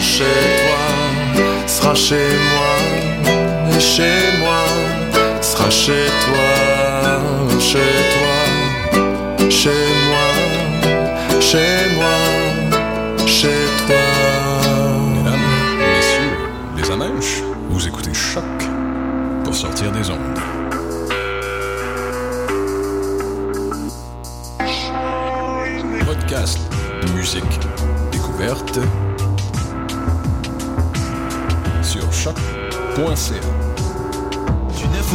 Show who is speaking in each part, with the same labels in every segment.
Speaker 1: chez toi sera chez moi et chez moi sera chez toi, chez toi, chez moi, chez moi, chez toi.
Speaker 2: Mesdames, messieurs, les amèches, vous écoutez Choc pour sortir des ondes. Podcast, musique, découverte sur choc.ca.
Speaker 3: Du 9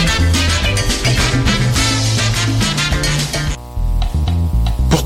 Speaker 4: Pour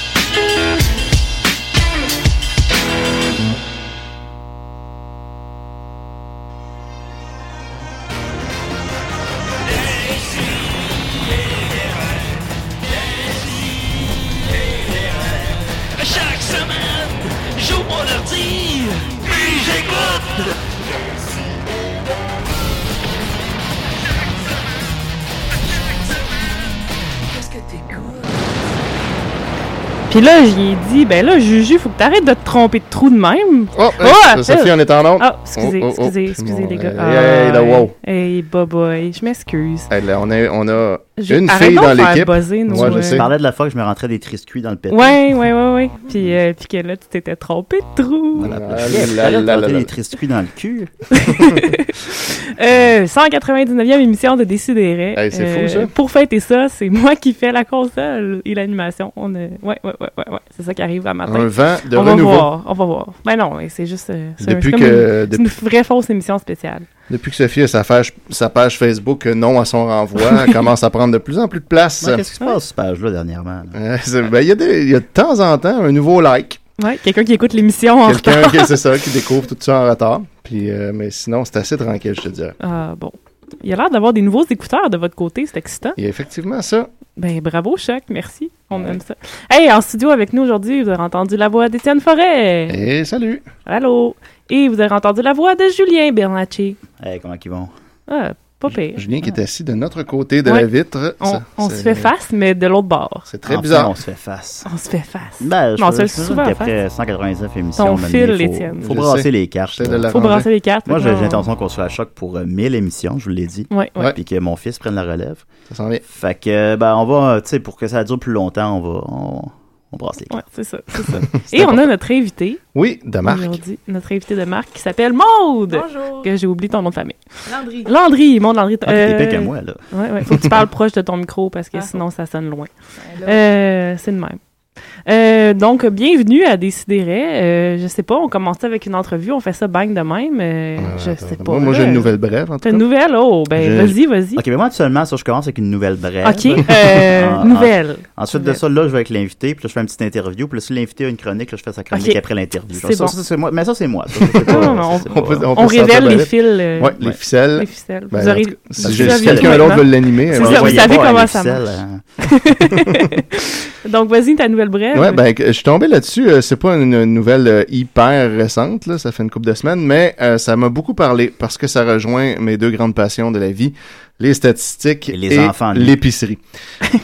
Speaker 5: Chaque semaine, j'ouvre mon ordi, puis j'écoute.
Speaker 6: Puis là, j'ai dit, ben là, Juju, faut que t'arrêtes de te tromper de trou de même.
Speaker 7: Oh, hey,
Speaker 6: elle.
Speaker 7: Sophie, on est en onde.
Speaker 6: Ah, excusez,
Speaker 7: Oh, oh, oh.
Speaker 6: excusez, excusez,
Speaker 7: Bon,
Speaker 6: les gars. Ah,
Speaker 7: hey, hey, là, wow.
Speaker 6: Hey, bye bye, je m'excuse.
Speaker 7: Hey, là, on a, on a
Speaker 6: Je-
Speaker 7: une
Speaker 6: arrête
Speaker 7: fille
Speaker 6: donc
Speaker 7: dans
Speaker 6: de faire
Speaker 7: l'équipe.
Speaker 6: buzzer nos-
Speaker 7: Moi, je
Speaker 6: euh,
Speaker 7: sais.
Speaker 8: Je parlais de la fois que je me rentrais des triscuits dans le pétrole.
Speaker 6: Ouais, ouais, ouais, ouais. Puis, euh, puis que là, tu t'étais trompé de trou.
Speaker 8: Voilà,
Speaker 7: Ah
Speaker 8: je
Speaker 7: là
Speaker 8: parlais de
Speaker 7: là là
Speaker 8: rentrer
Speaker 7: là.
Speaker 8: des triscuits dans le cul.
Speaker 6: Euh, 199e émission de Décideret.
Speaker 7: Hey, c'est fou, ça.
Speaker 6: Pour fêter ça, c'est moi qui fais la console et l'animation. On, euh, ouais, ouais, ouais, ouais, ouais. C'est ça qui arrive à matin.
Speaker 7: Un vent de
Speaker 6: on
Speaker 7: renouveau.
Speaker 6: va voir, on va voir. Ben non, mais c'est juste. euh, c'est un-
Speaker 7: Depuis
Speaker 6: c'est comme
Speaker 7: que-
Speaker 6: une- c'est une vraie fausse émission spéciale.
Speaker 7: Depuis que Sophie a sa page, sa page Facebook euh, non à son renvoi, elle commence à prendre de plus en plus de place.
Speaker 8: Ouais, Qu'est-ce qui se passe sur cette page-là dernièrement? là?
Speaker 7: Euh, c'est- ben, Il y, a des- il y a de temps en temps un nouveau like.
Speaker 6: Ouais, quelqu'un qui écoute l'émission
Speaker 8: Oh,
Speaker 6: en
Speaker 7: Quelqu'un
Speaker 6: retard.
Speaker 7: qui, c'est ça, qui découvre tout ça en retard. Puis, euh, mais sinon, c'est assez tranquille, je te dirais.
Speaker 6: Ah, bon. Il y a l'air d'avoir des nouveaux écouteurs de votre côté, c'est excitant.
Speaker 7: Et effectivement, ça,
Speaker 6: Ben bravo, Choc, merci. On aime ça. Hey, en studio avec nous aujourd'hui, vous avez entendu la voix d'Étienne Forêt.
Speaker 7: et salut.
Speaker 6: Allô. Et vous avez entendu la voix de Julien Bernacci.
Speaker 8: Hey, Eh, comment ils vont?
Speaker 6: Ah, pas pire.
Speaker 7: Julien qui est assis de notre côté de
Speaker 6: Ouais.
Speaker 7: la vitre.
Speaker 6: On,
Speaker 7: Ça,
Speaker 6: on
Speaker 7: c'est-
Speaker 6: se fait face, mais de l'autre bord.
Speaker 7: C'est très
Speaker 8: Enfin,
Speaker 7: bizarre.
Speaker 8: Ah, on se fait face.
Speaker 6: On se fait face.
Speaker 8: Ben,
Speaker 6: Mais on
Speaker 8: je
Speaker 6: se le
Speaker 8: suis
Speaker 6: fait
Speaker 8: sûr
Speaker 6: souvent
Speaker 8: qu'après 199 émissions,
Speaker 6: Ton
Speaker 8: à un moment
Speaker 6: fil,
Speaker 8: donné, faut-
Speaker 6: Étienne.
Speaker 8: faut
Speaker 7: Je sais.
Speaker 8: brasser les cartes.
Speaker 7: J'essaie de
Speaker 8: là.
Speaker 7: la
Speaker 6: Faut
Speaker 7: ranger.
Speaker 6: brasser les cartes.
Speaker 8: Moi, j'ai
Speaker 6: fait qu'on-
Speaker 8: l'intention qu'on soit à choc pour euh, 1000 émissions, je vous l'ai dit.
Speaker 6: Ouais, ouais.
Speaker 7: Ouais.
Speaker 8: Puis que mon fils prenne le relève.
Speaker 7: Ça s'en vient.
Speaker 8: Fait que, euh, ben, on va, euh, tu sais, pour que ça dure plus longtemps, on va, on, on brasse les cartes.
Speaker 6: Ouais, c'est ça, c'est ça. Et on a notre invité
Speaker 7: Oui, de Marc.
Speaker 6: aujourd'hui, notre invité de marque qui s'appelle Maude.
Speaker 9: Bonjour.
Speaker 6: Que j'ai oublié ton nom de famille.
Speaker 9: Landry.
Speaker 6: Landry, Maude Landry.
Speaker 8: Ah, t'es
Speaker 6: euh,
Speaker 8: épais qu'à moi, là.
Speaker 6: Ouais, ouais. Faut que tu parles proche de ton micro parce que sinon ça sonne loin.
Speaker 9: Ah. Ben là,
Speaker 6: Euh, c'est le même. Euh, donc, bienvenue à Décideret. Euh, je sais pas, on commençait avec une entrevue, on fait ça bang de même. euh, je sais pas.
Speaker 7: ben, Moi, moi, j'ai
Speaker 6: là.
Speaker 7: une nouvelle brève, en tout
Speaker 6: T'as
Speaker 7: cas.
Speaker 6: une nouvelle? Oh, ben, vas-y,
Speaker 7: J'ai-
Speaker 6: vas-y.
Speaker 8: Ok, mais moi, actuellement, ça, je commence avec une nouvelle brève.
Speaker 6: Ok, euh,
Speaker 8: En- en-
Speaker 6: nouvelle.
Speaker 8: ensuite de ça, là, je vais avec l'invité, puis là, je fais une petite interview, puis là, si l'invité a une chronique, là, je fais sa chronique
Speaker 6: Ok.
Speaker 8: après l'interview.
Speaker 6: C'est
Speaker 8: Ça,
Speaker 6: bon.
Speaker 8: ça, c'est moi. Mais ça, c'est moi. Ça, c'est pas-
Speaker 6: Non, non,
Speaker 8: ça, c'est
Speaker 6: on-
Speaker 8: pas-
Speaker 6: on peut- on peut On se révèle sentir les belle. fils, euh,
Speaker 7: Ouais, les
Speaker 8: ouais.
Speaker 7: ficelles.
Speaker 6: Les ficelles.
Speaker 7: Ben,
Speaker 6: Vous aurez-
Speaker 7: en tout cas,
Speaker 6: vous
Speaker 7: Si, j'ai-
Speaker 6: aurez
Speaker 7: si
Speaker 6: le
Speaker 7: quelqu'un
Speaker 6: visuel
Speaker 7: d'autre veut
Speaker 6: maintenant.
Speaker 7: l'animer,
Speaker 6: C'est
Speaker 7: on
Speaker 6: ça,
Speaker 7: va
Speaker 6: vous
Speaker 7: voir. hein.
Speaker 6: savez
Speaker 8: pas,
Speaker 6: comment
Speaker 8: les
Speaker 6: ça
Speaker 8: ficelles,
Speaker 6: marche. Donc, vas-y, ta nouvelle brève.
Speaker 7: Ouais, ben, que- je suis tombé là-dessus. euh, c'est pas une, une nouvelle euh, hyper récente, là, ça fait une couple de semaines, mais euh, ça m'a beaucoup parlé parce que ça rejoint mes deux grandes passions de la vie, les statistiques et,
Speaker 8: les enfants, lui.
Speaker 7: l'épicerie.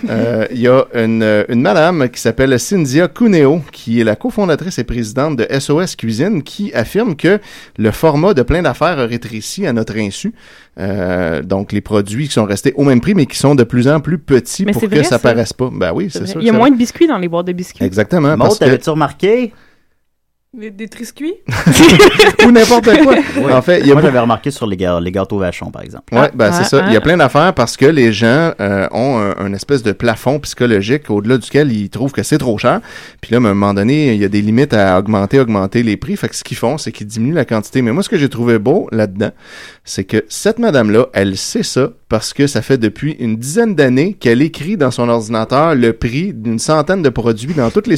Speaker 7: Euh, Il y a une, euh, une madame qui s'appelle Cynthia Cuneo, qui est la cofondatrice et présidente de SOS Cuisine, qui affirme que le format de plein d'affaires a rétréci à notre insu. Euh, donc, les produits qui sont restés au même prix, mais qui sont de plus en plus petits
Speaker 6: Mais
Speaker 7: pour
Speaker 6: c'est
Speaker 7: que
Speaker 6: vrai,
Speaker 7: ça,
Speaker 6: ça.
Speaker 7: paraisse pas. Ben oui,
Speaker 6: C'est
Speaker 7: c'est
Speaker 6: vrai.
Speaker 7: sûr.
Speaker 6: Il y a
Speaker 7: que ça-
Speaker 6: moins de biscuits dans les boîtes de biscuits.
Speaker 7: Exactement.
Speaker 8: Maud,
Speaker 7: parce que...
Speaker 8: t'avais-tu remarqué?
Speaker 6: Des, des triscuits?
Speaker 7: ou n'importe quoi. Ah, En fait, il y a
Speaker 8: Moi,
Speaker 7: beaucoup-
Speaker 8: j'avais remarqué sur les, gâ- les gâteaux vachons, par exemple.
Speaker 7: Ouais, ben,
Speaker 6: ah,
Speaker 7: c'est ça.
Speaker 6: ah.
Speaker 7: Il y a plein d'affaires parce que les gens euh, ont un, un espèce de plafond psychologique au-delà duquel ils trouvent que c'est trop cher. Puis là, à un moment donné, il y a des limites à augmenter, augmenter les prix. Fait que ce qu'ils font, c'est qu'ils diminuent la quantité. Mais moi, ce que j'ai trouvé beau là-dedans, c'est que cette madame-là, elle sait ça parce que ça fait depuis une dizaine d'années qu'elle écrit dans son ordinateur le prix d'une centaine de produits dans toutes les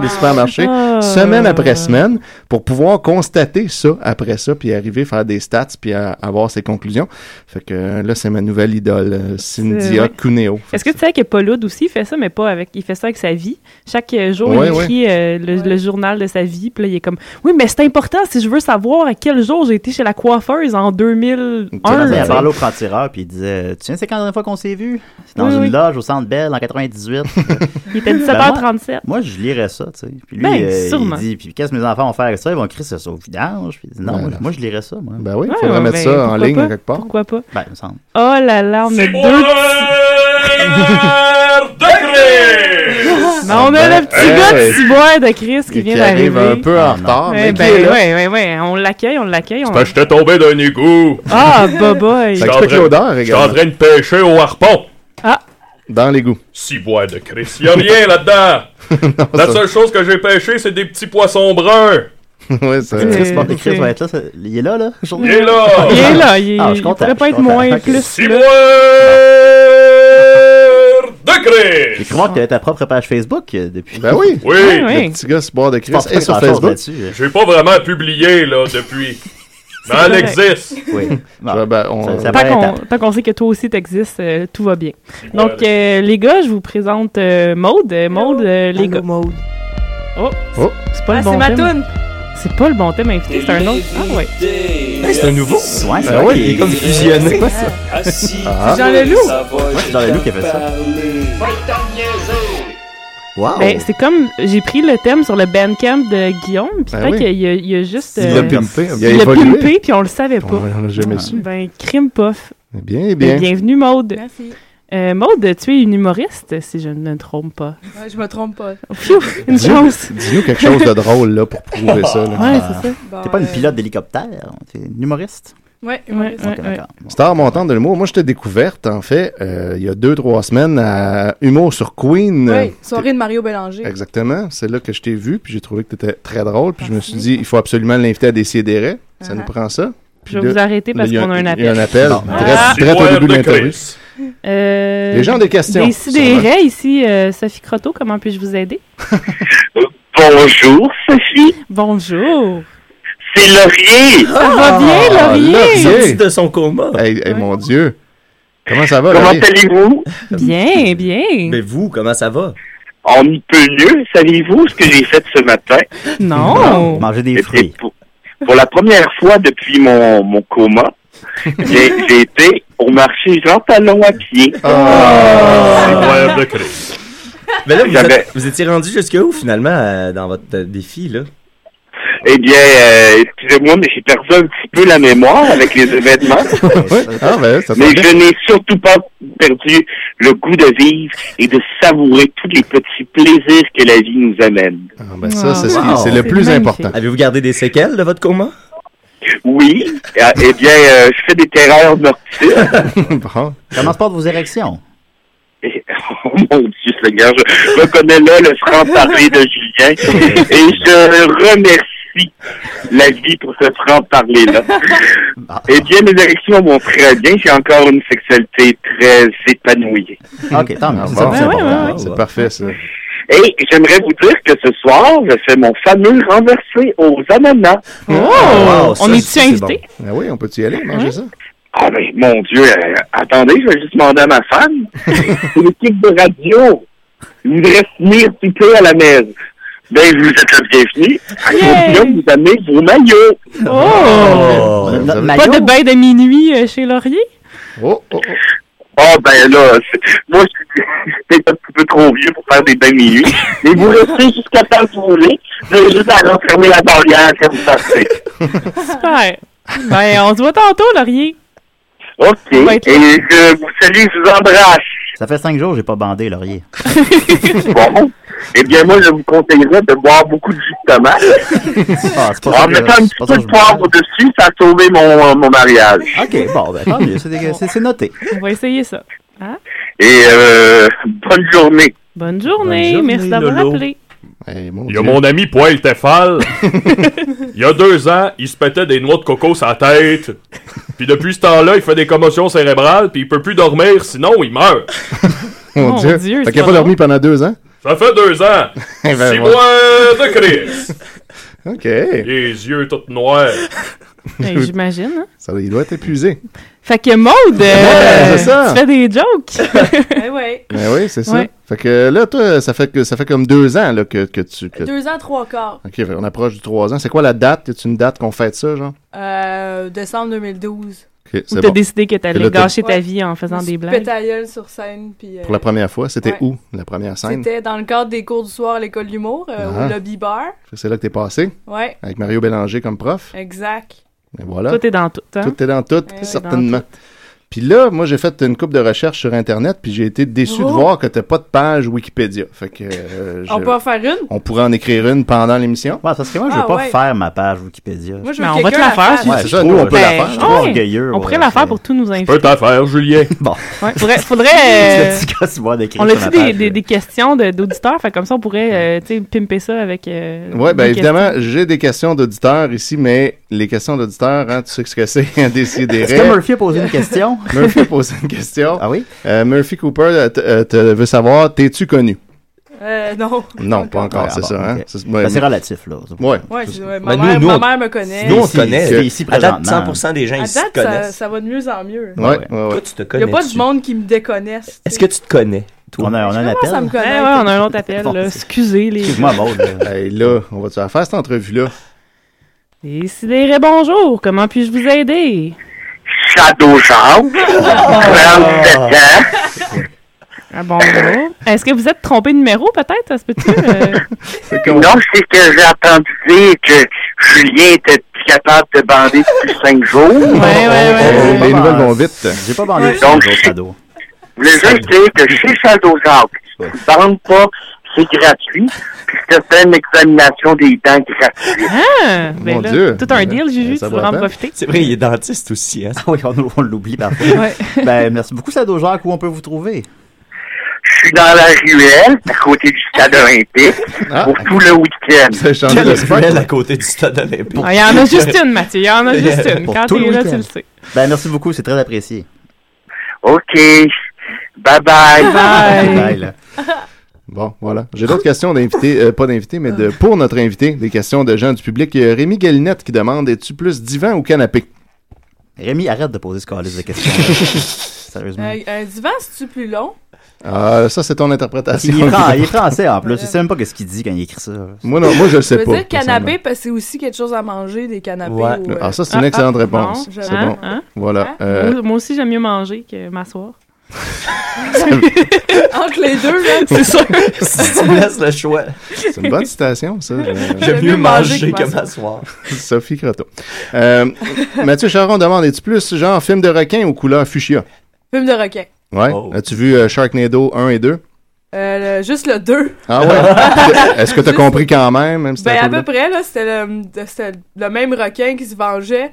Speaker 7: des supermarchés,
Speaker 6: Ah.
Speaker 7: semaine après semaine, pour pouvoir constater ça après ça, puis arriver à faire des stats, puis à avoir ses conclusions. Fait que euh, là, c'est ma nouvelle idole, euh, Cynthia
Speaker 6: ouais.
Speaker 7: Cuneo. Fait
Speaker 6: Est-ce que tu sais que Paul Hood aussi fait ça, mais pas avec. Il fait ça avec sa vie. Chaque euh, jour,
Speaker 7: Ouais,
Speaker 6: il écrit euh, le, le journal de sa vie. Puis là, il est comme Oui, mais c'est important si je veux savoir à quel jour j'ai été chez la coiffeuse en 2001.
Speaker 7: Ah,
Speaker 8: Il
Speaker 7: ouais.
Speaker 8: a
Speaker 6: tu sais.
Speaker 8: parlé au franc-tireur, puis il disait Tu sais, c'est quand la dernière fois qu'on s'est vu C'est dans
Speaker 6: Oui,
Speaker 8: une
Speaker 6: oui.
Speaker 8: loge au centre Belle en 98.
Speaker 6: Il était 17h37.
Speaker 8: Moi, je lirais ça, tu sais. Puis lui,
Speaker 6: Ben,
Speaker 8: euh,
Speaker 6: sûrement.
Speaker 8: il dit Puis qu'est-ce que mes enfants vont faire avec ça Ils vont crier ça au vidange. Puis il dit, non,
Speaker 7: Ben,
Speaker 8: moi, moi, je lirais ça, moi.
Speaker 7: Ben oui, il
Speaker 6: Ouais,
Speaker 7: faudrait
Speaker 6: ouais,
Speaker 7: mettre
Speaker 6: ben,
Speaker 7: ça en
Speaker 6: pourquoi
Speaker 7: ligne
Speaker 6: pas?
Speaker 7: quelque part.
Speaker 6: Pourquoi pas?
Speaker 8: Ben, il me semble.
Speaker 6: Oh là là, on a deux petits. Mais on a le petit
Speaker 7: Eh
Speaker 6: gars
Speaker 7: ouais.
Speaker 6: de Ciboire de Chris qui
Speaker 7: Et
Speaker 6: vient
Speaker 7: qui arrive
Speaker 6: d'arriver.
Speaker 7: un peu en
Speaker 8: Ah, non.
Speaker 7: retard,
Speaker 6: Ouais,
Speaker 7: mais qui est
Speaker 6: ben,
Speaker 7: là.
Speaker 6: ouais, ouais, ouais. On l'accueille, on l'accueille. on-
Speaker 1: t'ai tombé d'un égout.
Speaker 6: Ah, bah, boy.
Speaker 7: Ça explique l'odeur également,
Speaker 1: de pêcher au harpon.
Speaker 6: Ah.
Speaker 7: dans l'égout.
Speaker 1: Six bois de Chris. Y'a rien là-dedans. La seule chose que j'ai pêché, c'est des petits poissons bruns.
Speaker 7: ouais, ça...
Speaker 6: Euh,
Speaker 8: Chris, bon,
Speaker 6: c'est-
Speaker 8: Chris va être là. ça- Il est là, là aujourd'hui?
Speaker 1: Il est là.
Speaker 6: Il est là, il,
Speaker 8: Ah, je suis
Speaker 6: il
Speaker 8: content,
Speaker 6: pourrait
Speaker 8: je
Speaker 6: pas
Speaker 8: suis
Speaker 6: être
Speaker 8: content.
Speaker 6: moins
Speaker 8: Ok.
Speaker 6: plus.
Speaker 1: Six bois de
Speaker 8: J'ai
Speaker 1: Chris.
Speaker 8: cru voir que tu ta propre page Facebook euh, depuis.
Speaker 7: Ben oui,
Speaker 1: Oui.
Speaker 6: Ouais,
Speaker 7: le petit gars se boire de
Speaker 8: Tu
Speaker 7: Chris
Speaker 8: penses pas
Speaker 7: et sur
Speaker 8: grand-chose
Speaker 7: Facebook.
Speaker 8: là-dessus, euh,
Speaker 1: J'ai pas vraiment publié, là, depuis. Mais elle
Speaker 6: correct.
Speaker 1: existe.
Speaker 8: Oui. Bon.
Speaker 7: Ouais, ben, on-
Speaker 8: Ça- ça-
Speaker 6: Tant
Speaker 8: Ouais,
Speaker 6: qu'on,
Speaker 8: t'as-
Speaker 6: tant qu'on sait que toi aussi t'existes, euh, tout va bien.
Speaker 1: bois
Speaker 6: Donc, euh, les gars, je vous présente euh, Maude. Euh, Maude, euh, les gars. Oh,
Speaker 7: Oh.
Speaker 6: c'est pas le bon thème. C'est pas le bon thème invité, c'est un autre. Ah ouais.
Speaker 1: C'est un nouveau.
Speaker 8: Ouais, c'est
Speaker 7: Ah
Speaker 8: vrai
Speaker 7: oui, il est
Speaker 8: qu'il-
Speaker 7: comme fusionné. Ah.
Speaker 6: Jean Leloup.
Speaker 8: Ouais, c'est dans la loup qui a fait ça. Wow.
Speaker 6: Ben, c'est comme, j'ai pris le thème sur le Bandcamp de Guillaume, puis
Speaker 7: Ben
Speaker 6: peut-être
Speaker 7: oui.
Speaker 6: qu'il y a, il y a juste...
Speaker 7: Il
Speaker 6: euh,
Speaker 7: l'a pimpé. hein. Il
Speaker 6: il
Speaker 7: a
Speaker 6: l'a
Speaker 7: évolué.
Speaker 6: pimpé, puis on le savait
Speaker 7: On
Speaker 6: pas.
Speaker 7: l'a jamais su. Eh
Speaker 6: Ben, crime pof.
Speaker 7: Bien,
Speaker 6: Ben,
Speaker 7: bien.
Speaker 6: bienvenue, Maude. Merci. Maude, tu es une humoriste, si je ne me trompe pas.
Speaker 9: je me trompe pas.
Speaker 6: Pfiou, une
Speaker 7: Dis-
Speaker 6: chance.
Speaker 7: Dis-nous quelque chose de drôle là pour prouver ça. là.
Speaker 6: Ouais, c'est ça.
Speaker 9: Bon,
Speaker 8: T'es pas une
Speaker 9: euh,
Speaker 8: pilote d'hélicoptère, t'es une humoriste.
Speaker 9: Ouais,
Speaker 6: Ouais,
Speaker 9: ouais.
Speaker 6: ouais,
Speaker 8: Ok,
Speaker 6: ouais.
Speaker 8: d'accord. Bon.
Speaker 7: Star montante de l'humour. Moi, je t'ai découverte, en fait, euh, il y a deux, trois semaines à Humour sur Queen.
Speaker 9: Ouais, soirée de Mario Bélanger.
Speaker 7: Exactement. C'est là que je t'ai vu, puis j'ai trouvé que t'étais très drôle, puis je me suis dit, il faut absolument l'inviter à Décideret. Ça
Speaker 9: Uh-huh.
Speaker 7: nous prend ça.
Speaker 6: Ah.
Speaker 7: Puis
Speaker 6: Je vais
Speaker 7: là,
Speaker 6: vous arrêter parce
Speaker 7: il y
Speaker 6: qu'on a un
Speaker 7: Il y a
Speaker 6: appel.
Speaker 7: un appel.
Speaker 8: Bon.
Speaker 7: Très,
Speaker 6: Ah.
Speaker 7: très au début de l'interview.
Speaker 6: Euh,
Speaker 7: Les gens ont des questions.
Speaker 6: Décidérez, ici, euh, Sophie Croteau, comment puis-je vous aider?
Speaker 5: Bonjour, Sophie.
Speaker 6: Bonjour.
Speaker 5: C'est Laurier.
Speaker 6: Ça va bien,
Speaker 7: Ah,
Speaker 6: Laurier?
Speaker 7: Laurier.
Speaker 10: de son coma.
Speaker 7: Hey, hey,
Speaker 6: Ouais.
Speaker 7: mon Dieu. Comment ça va,
Speaker 5: Comment
Speaker 7: Laurier?
Speaker 6: Oh!
Speaker 5: allez-vous?
Speaker 6: Bien, bien.
Speaker 10: Euh, Mais vous, comment ça va?
Speaker 5: On ne peut mieux. Savez-vous ce que j'ai fait ce matin?
Speaker 6: Non.
Speaker 8: Manger des fruits.
Speaker 5: Pour, pour la première fois depuis mon, mon coma, j'ai j'ai été au marché Jean Talon à pied.
Speaker 1: Six bois de Chris.
Speaker 10: Ah, Mais là, vous,
Speaker 5: J'avais-
Speaker 10: êtes- vous étiez rendu jusque où, finalement, euh, dans votre euh, défi, là?
Speaker 5: Eh bien, euh, excusez-moi, mais j'ai perdu un petit peu la mémoire avec les événements,
Speaker 7: Ouais. Ah, ben, ça
Speaker 5: mais
Speaker 7: tombe bien.
Speaker 5: je n'ai surtout pas perdu le goût de vivre et de savourer tous les petits plaisirs que la vie nous amène.
Speaker 7: Ah, ben, ça, c'est ce qui-
Speaker 10: Wow.
Speaker 7: c'est le
Speaker 6: C'est
Speaker 7: plus
Speaker 6: magnifique.
Speaker 7: important.
Speaker 10: Avez-vous gardé des séquelles de votre coma?
Speaker 5: Oui, euh, eh bien, euh, je fais des terreurs meurtrières.
Speaker 7: Bon.
Speaker 8: Comment se portent vos érections?
Speaker 5: Et- Oh mon Dieu Seigneur, je reconnais là le franc-parler de Julien et je remercie la vie pour ce franc-parler-là.
Speaker 7: Ah.
Speaker 5: Eh bien, mes érections vont très bien. J'ai encore une sexualité très épanouie.
Speaker 8: OK, tant mieux.
Speaker 5: Ah,
Speaker 8: C'est
Speaker 5: bon.
Speaker 6: Ben
Speaker 8: ça,
Speaker 7: Ben
Speaker 8: c'est
Speaker 5: Ouais, ouais,
Speaker 8: important.
Speaker 5: ouais.
Speaker 7: C'est parfait, ça.
Speaker 5: Et j'aimerais vous dire que ce soir, je fais mon fameux renversé aux ananas.
Speaker 7: Oh! Wow, ça,
Speaker 5: On est-tu
Speaker 7: c'est
Speaker 5: invité?
Speaker 7: bon. Ah oui, on peut y aller, manger ça?
Speaker 5: Ah ben, mon Dieu, euh, attendez, je vais juste demander à ma femme. C'est l'équipe de radio. Il voudrait venir piquer à la maison. Ben, vous êtes le bienvenu. À condition que vous amenez vos maillots.
Speaker 6: Oh! Pas de bain de minuit euh, chez Laurier?
Speaker 7: Oh, oh,
Speaker 5: Ah ben là, c'est- moi, je suis peut-être un petit peu trop vieux pour faire des bains de minuit. Mais vous restez jusqu'à temps que vous voulez. Vous avez juste à renfermer la barrière quand vous partez.
Speaker 6: Super! ben, on se voit tantôt, Laurier.
Speaker 5: OK.
Speaker 6: On va
Speaker 5: Et
Speaker 6: être là.
Speaker 5: je vous salue, je vous embrasse.
Speaker 8: Ça fait cinq jours que j'ai pas bandé, Laurier.
Speaker 5: Bon. Eh bien, moi, je vous conseillerais de boire beaucoup de jus de tomate.
Speaker 8: Ah, c'est pas ça
Speaker 5: en
Speaker 8: que-
Speaker 5: mettant un
Speaker 8: c'est
Speaker 5: petit
Speaker 8: pas
Speaker 5: peu
Speaker 8: ça que
Speaker 5: de
Speaker 8: je-
Speaker 5: poivre au-dessus, ça a sauvé mon, mon mariage.
Speaker 8: OK, bon, ben, tant mieux. C'est dégueu- C'est c'est noté.
Speaker 6: On va essayer ça. Hein?
Speaker 5: Et euh, bonne journée.
Speaker 6: Bonne journée,
Speaker 1: journée,
Speaker 6: merci d'avoir
Speaker 1: Lolo.
Speaker 6: appelé.
Speaker 7: Eh,
Speaker 1: Il y a mon ami Poil Tefal. il y a deux ans, il se pétait des noix de coco sur la tête. Puis depuis ce temps-là, il fait des commotions cérébrales, puis il peut plus dormir, sinon il meurt.
Speaker 7: Mon
Speaker 6: Oh,
Speaker 1: Mon
Speaker 7: Dieu.
Speaker 1: Dieu,
Speaker 7: Fait
Speaker 1: c'est
Speaker 7: qu'il a
Speaker 1: pas
Speaker 7: pas dormi pendant deux ans?
Speaker 1: Ça fait deux ans.
Speaker 7: Eh ben, voilà.
Speaker 1: Six mois de crise.
Speaker 7: OK.
Speaker 1: Les yeux tout noirs.
Speaker 6: Ben, J'imagine. hein.
Speaker 7: Ça, il doit être épuisé.
Speaker 6: Fait que Maude, euh,
Speaker 7: Ouais, c'est ça.
Speaker 6: tu fais des jokes.
Speaker 7: Ben oui, c'est ça.
Speaker 6: Ouais.
Speaker 7: Fait que là, toi, ça fait, que, ça fait comme deux ans là, que, que tu... que-
Speaker 9: Deux ans, trois quarts.
Speaker 7: OK, fait on approche du trois ans. C'est quoi la date? Y a une date qu'on fête ça, genre?
Speaker 9: Euh, décembre 2012.
Speaker 7: Ok,
Speaker 6: Ou
Speaker 7: c'est
Speaker 6: t'as
Speaker 7: bon.
Speaker 6: décidé que t'allais
Speaker 7: Là, t'as-
Speaker 6: gâcher ta vie en faisant des blagues.
Speaker 9: Pétailleul sur scène. Puis, euh,
Speaker 7: Pour la première fois, c'était
Speaker 9: ouais.
Speaker 7: où, la première scène?
Speaker 9: C'était dans le cadre des cours du soir à l'école d'humour, euh,
Speaker 7: Ah.
Speaker 9: au lobby bar.
Speaker 7: C'est là que t'es passé?
Speaker 9: Ouais.
Speaker 7: Avec Mario Bélanger comme prof?
Speaker 9: Exact.
Speaker 7: Et voilà.
Speaker 6: Tout est dans tout, hein?
Speaker 7: Tout est dans tout,
Speaker 9: ouais.
Speaker 7: certainement. Puis là, moi, j'ai fait une coupe de recherche sur Internet, puis j'ai été déçu de
Speaker 9: Oh.
Speaker 7: voir que t'as pas de page Wikipédia. Fait que... euh,
Speaker 9: On
Speaker 7: je-
Speaker 9: peut en faire une?
Speaker 7: On pourrait en écrire une pendant l'émission.
Speaker 8: Ouais, parce que moi,
Speaker 9: je veux Ah, pas ouais. faire
Speaker 8: ma page Wikipédia.
Speaker 9: Moi,
Speaker 6: Ben,
Speaker 9: je veux que quelqu'un la fasse.
Speaker 7: Ouais, c'est ça, nous, on peut la faire.
Speaker 8: Je suis
Speaker 6: Ouais.
Speaker 8: trop orgueilleux.
Speaker 6: Ben, On pourrait la faire pour tous nos invités.
Speaker 1: Peut t'en faire, Julien.
Speaker 8: Bon.
Speaker 6: Ouais, faudrait. faudrait euh,
Speaker 8: C'est le petit gars, c'est moi, d'écrire
Speaker 6: on
Speaker 8: sur
Speaker 6: a-tu
Speaker 8: ma
Speaker 6: des,
Speaker 8: page.
Speaker 6: des, des questions de- d'auditeurs? fait comme ça, on pourrait euh, tu sais, pimper ça avec. euh,
Speaker 7: Oui, bien
Speaker 6: des
Speaker 7: ben, évidemment, j'ai des questions d'auditeurs ici, mais les questions d'auditeurs, hein, tu sais ce que c'est, décider.
Speaker 8: Est-ce que Murphy a posé une question?
Speaker 7: Murphy a posé une question.
Speaker 8: Ah oui?
Speaker 7: Murphy Cooper euh, te- euh, te veut savoir, t'es-tu connu?
Speaker 9: Euh, non.
Speaker 7: Non, pas encore,
Speaker 8: Ouais,
Speaker 7: c'est
Speaker 8: ah
Speaker 7: ça.
Speaker 8: bon,
Speaker 7: Hein?
Speaker 8: ok. Ben, c'est relatif, là.
Speaker 7: Oui.
Speaker 9: Ouais, c'est- ouais, ma, mère, ma mère me connaît.
Speaker 10: Nous, on te connaît.
Speaker 7: c'est
Speaker 10: ici
Speaker 7: ici
Speaker 10: à date,
Speaker 7: présentement.
Speaker 10: 100%
Speaker 6: Ah,
Speaker 10: des gens
Speaker 9: À
Speaker 10: ici te
Speaker 9: date, ça,
Speaker 10: connaissent.
Speaker 9: ça va de mieux en mieux.
Speaker 7: Ouais, ouais, ouais.
Speaker 10: Toi, tu te
Speaker 9: Il n'y
Speaker 10: connais.
Speaker 9: a pas du monde qui me déconnaisse.
Speaker 10: Est-ce que tu te connais, toi?
Speaker 8: On a, on a un
Speaker 9: Moi, ça me
Speaker 8: appel.
Speaker 6: questions.
Speaker 9: connaît.
Speaker 6: Ouais, ouais, on a un autre appel.
Speaker 8: Bon,
Speaker 6: là.
Speaker 8: c'est-
Speaker 6: Excusez les.
Speaker 8: Excuse-moi, Maud.
Speaker 7: Hey, là, on va-tu la faire cette entrevue-là?
Speaker 6: Décidérez, bonjour. Comment puis-je vous aider?
Speaker 5: Shadow Jacques, 37 ans.
Speaker 6: Ah bon, bonjour. Est-ce que vous êtes trompé de numéro, peut-être? Ça se peut-tu? euh?
Speaker 5: Non, c'est que j'ai entendu dire que Julien était plus capable de bander depuis 5 jours.
Speaker 6: ouais, ouais, ouais.
Speaker 7: les nouvelles vont vite.
Speaker 8: Euh, J'ai pas bandé sur
Speaker 5: Donc,
Speaker 8: les autres cadeaux.
Speaker 5: Je voulais juste dire que chez Shadow Jacques, tu ne bandes pas, c'est gratuit. Puis je te fais une examination des dents gratuite.
Speaker 6: Ah! Ben
Speaker 7: Mon
Speaker 6: là,
Speaker 7: Dieu.
Speaker 6: Tout un deal,
Speaker 7: Ben,
Speaker 6: Juju, tu
Speaker 7: ça
Speaker 6: voudras en
Speaker 7: vaut la peine.
Speaker 6: profiter.
Speaker 10: C'est vrai, il est dentiste aussi. Hein?
Speaker 8: Ah oui, on, on l'oublie parfois.
Speaker 6: Ouais.
Speaker 8: ben, merci beaucoup, Sado Jacques. Où on peut vous trouver?
Speaker 5: Je suis dans la ruelle, à côté du stade olympique,
Speaker 7: Ah.
Speaker 5: pour tout le week-end.
Speaker 7: Ça a changé
Speaker 10: Quelle
Speaker 7: de spot.
Speaker 10: ruelle à côté du stade olympique.
Speaker 6: Ah, Il y en a juste une, Mathieu. Il y en a juste une.
Speaker 8: Pour
Speaker 6: Quand
Speaker 8: tout le
Speaker 6: t'es là,
Speaker 8: week-end.
Speaker 6: tu le sais.
Speaker 8: Ben, merci beaucoup. C'est très apprécié.
Speaker 5: OK. Bye-bye.
Speaker 6: Bye.
Speaker 8: Bye, là.
Speaker 7: Bon, voilà. J'ai d'autres questions d'invités, euh, pas d'invités, mais de, pour notre invité, des questions de gens du public. Il y a Rémi Galinette qui demande, es-tu plus divan ou canapé?
Speaker 8: Rémi, arrête de poser ce calice de questions. là. Sérieusement.
Speaker 9: Un- un Euh, divan, c'est-tu plus long?
Speaker 7: Ah, ça, c'est ton interprétation.
Speaker 8: Il est, fran- il est français en plus. Je sais même pas ce qu'il dit quand il écrit ça.
Speaker 7: Moi, non, moi, je le
Speaker 9: Je
Speaker 7: sais
Speaker 9: veux
Speaker 7: pas.
Speaker 9: dire canapé, parce que c'est aussi quelque chose à manger, des canapés.
Speaker 10: Ouais.
Speaker 9: ou, euh,
Speaker 7: Ah, ça, c'est une excellente réponse.
Speaker 9: bon, je-
Speaker 7: c'est
Speaker 6: Hein?
Speaker 7: bon.
Speaker 6: Hein?
Speaker 7: Voilà. Euh,
Speaker 6: Moi- Moi aussi, j'aime mieux manger que m'asseoir.
Speaker 9: entre les deux, là.
Speaker 6: C'est ça.
Speaker 10: si tu me laisses le choix,
Speaker 7: c'est une bonne citation, ça. Euh,
Speaker 10: j'aime mieux manger que m'asseoir.
Speaker 7: Sophie Croteau. Euh, Mathieu Charon demande es-tu plus genre film de requin ou couleur fuchsia
Speaker 9: Film de requin.
Speaker 7: Ouais.
Speaker 10: Oh.
Speaker 7: As-tu vu euh, Sharknado 1 et 2
Speaker 9: Euh, le- juste le 2.
Speaker 7: Ah ouais. Est-ce que t'as compris quand même, même si t'as
Speaker 9: Ben,
Speaker 7: pas
Speaker 9: à
Speaker 7: voulu?
Speaker 9: peu près, là, c'était le, de- c'était le même requin qui se vengeait.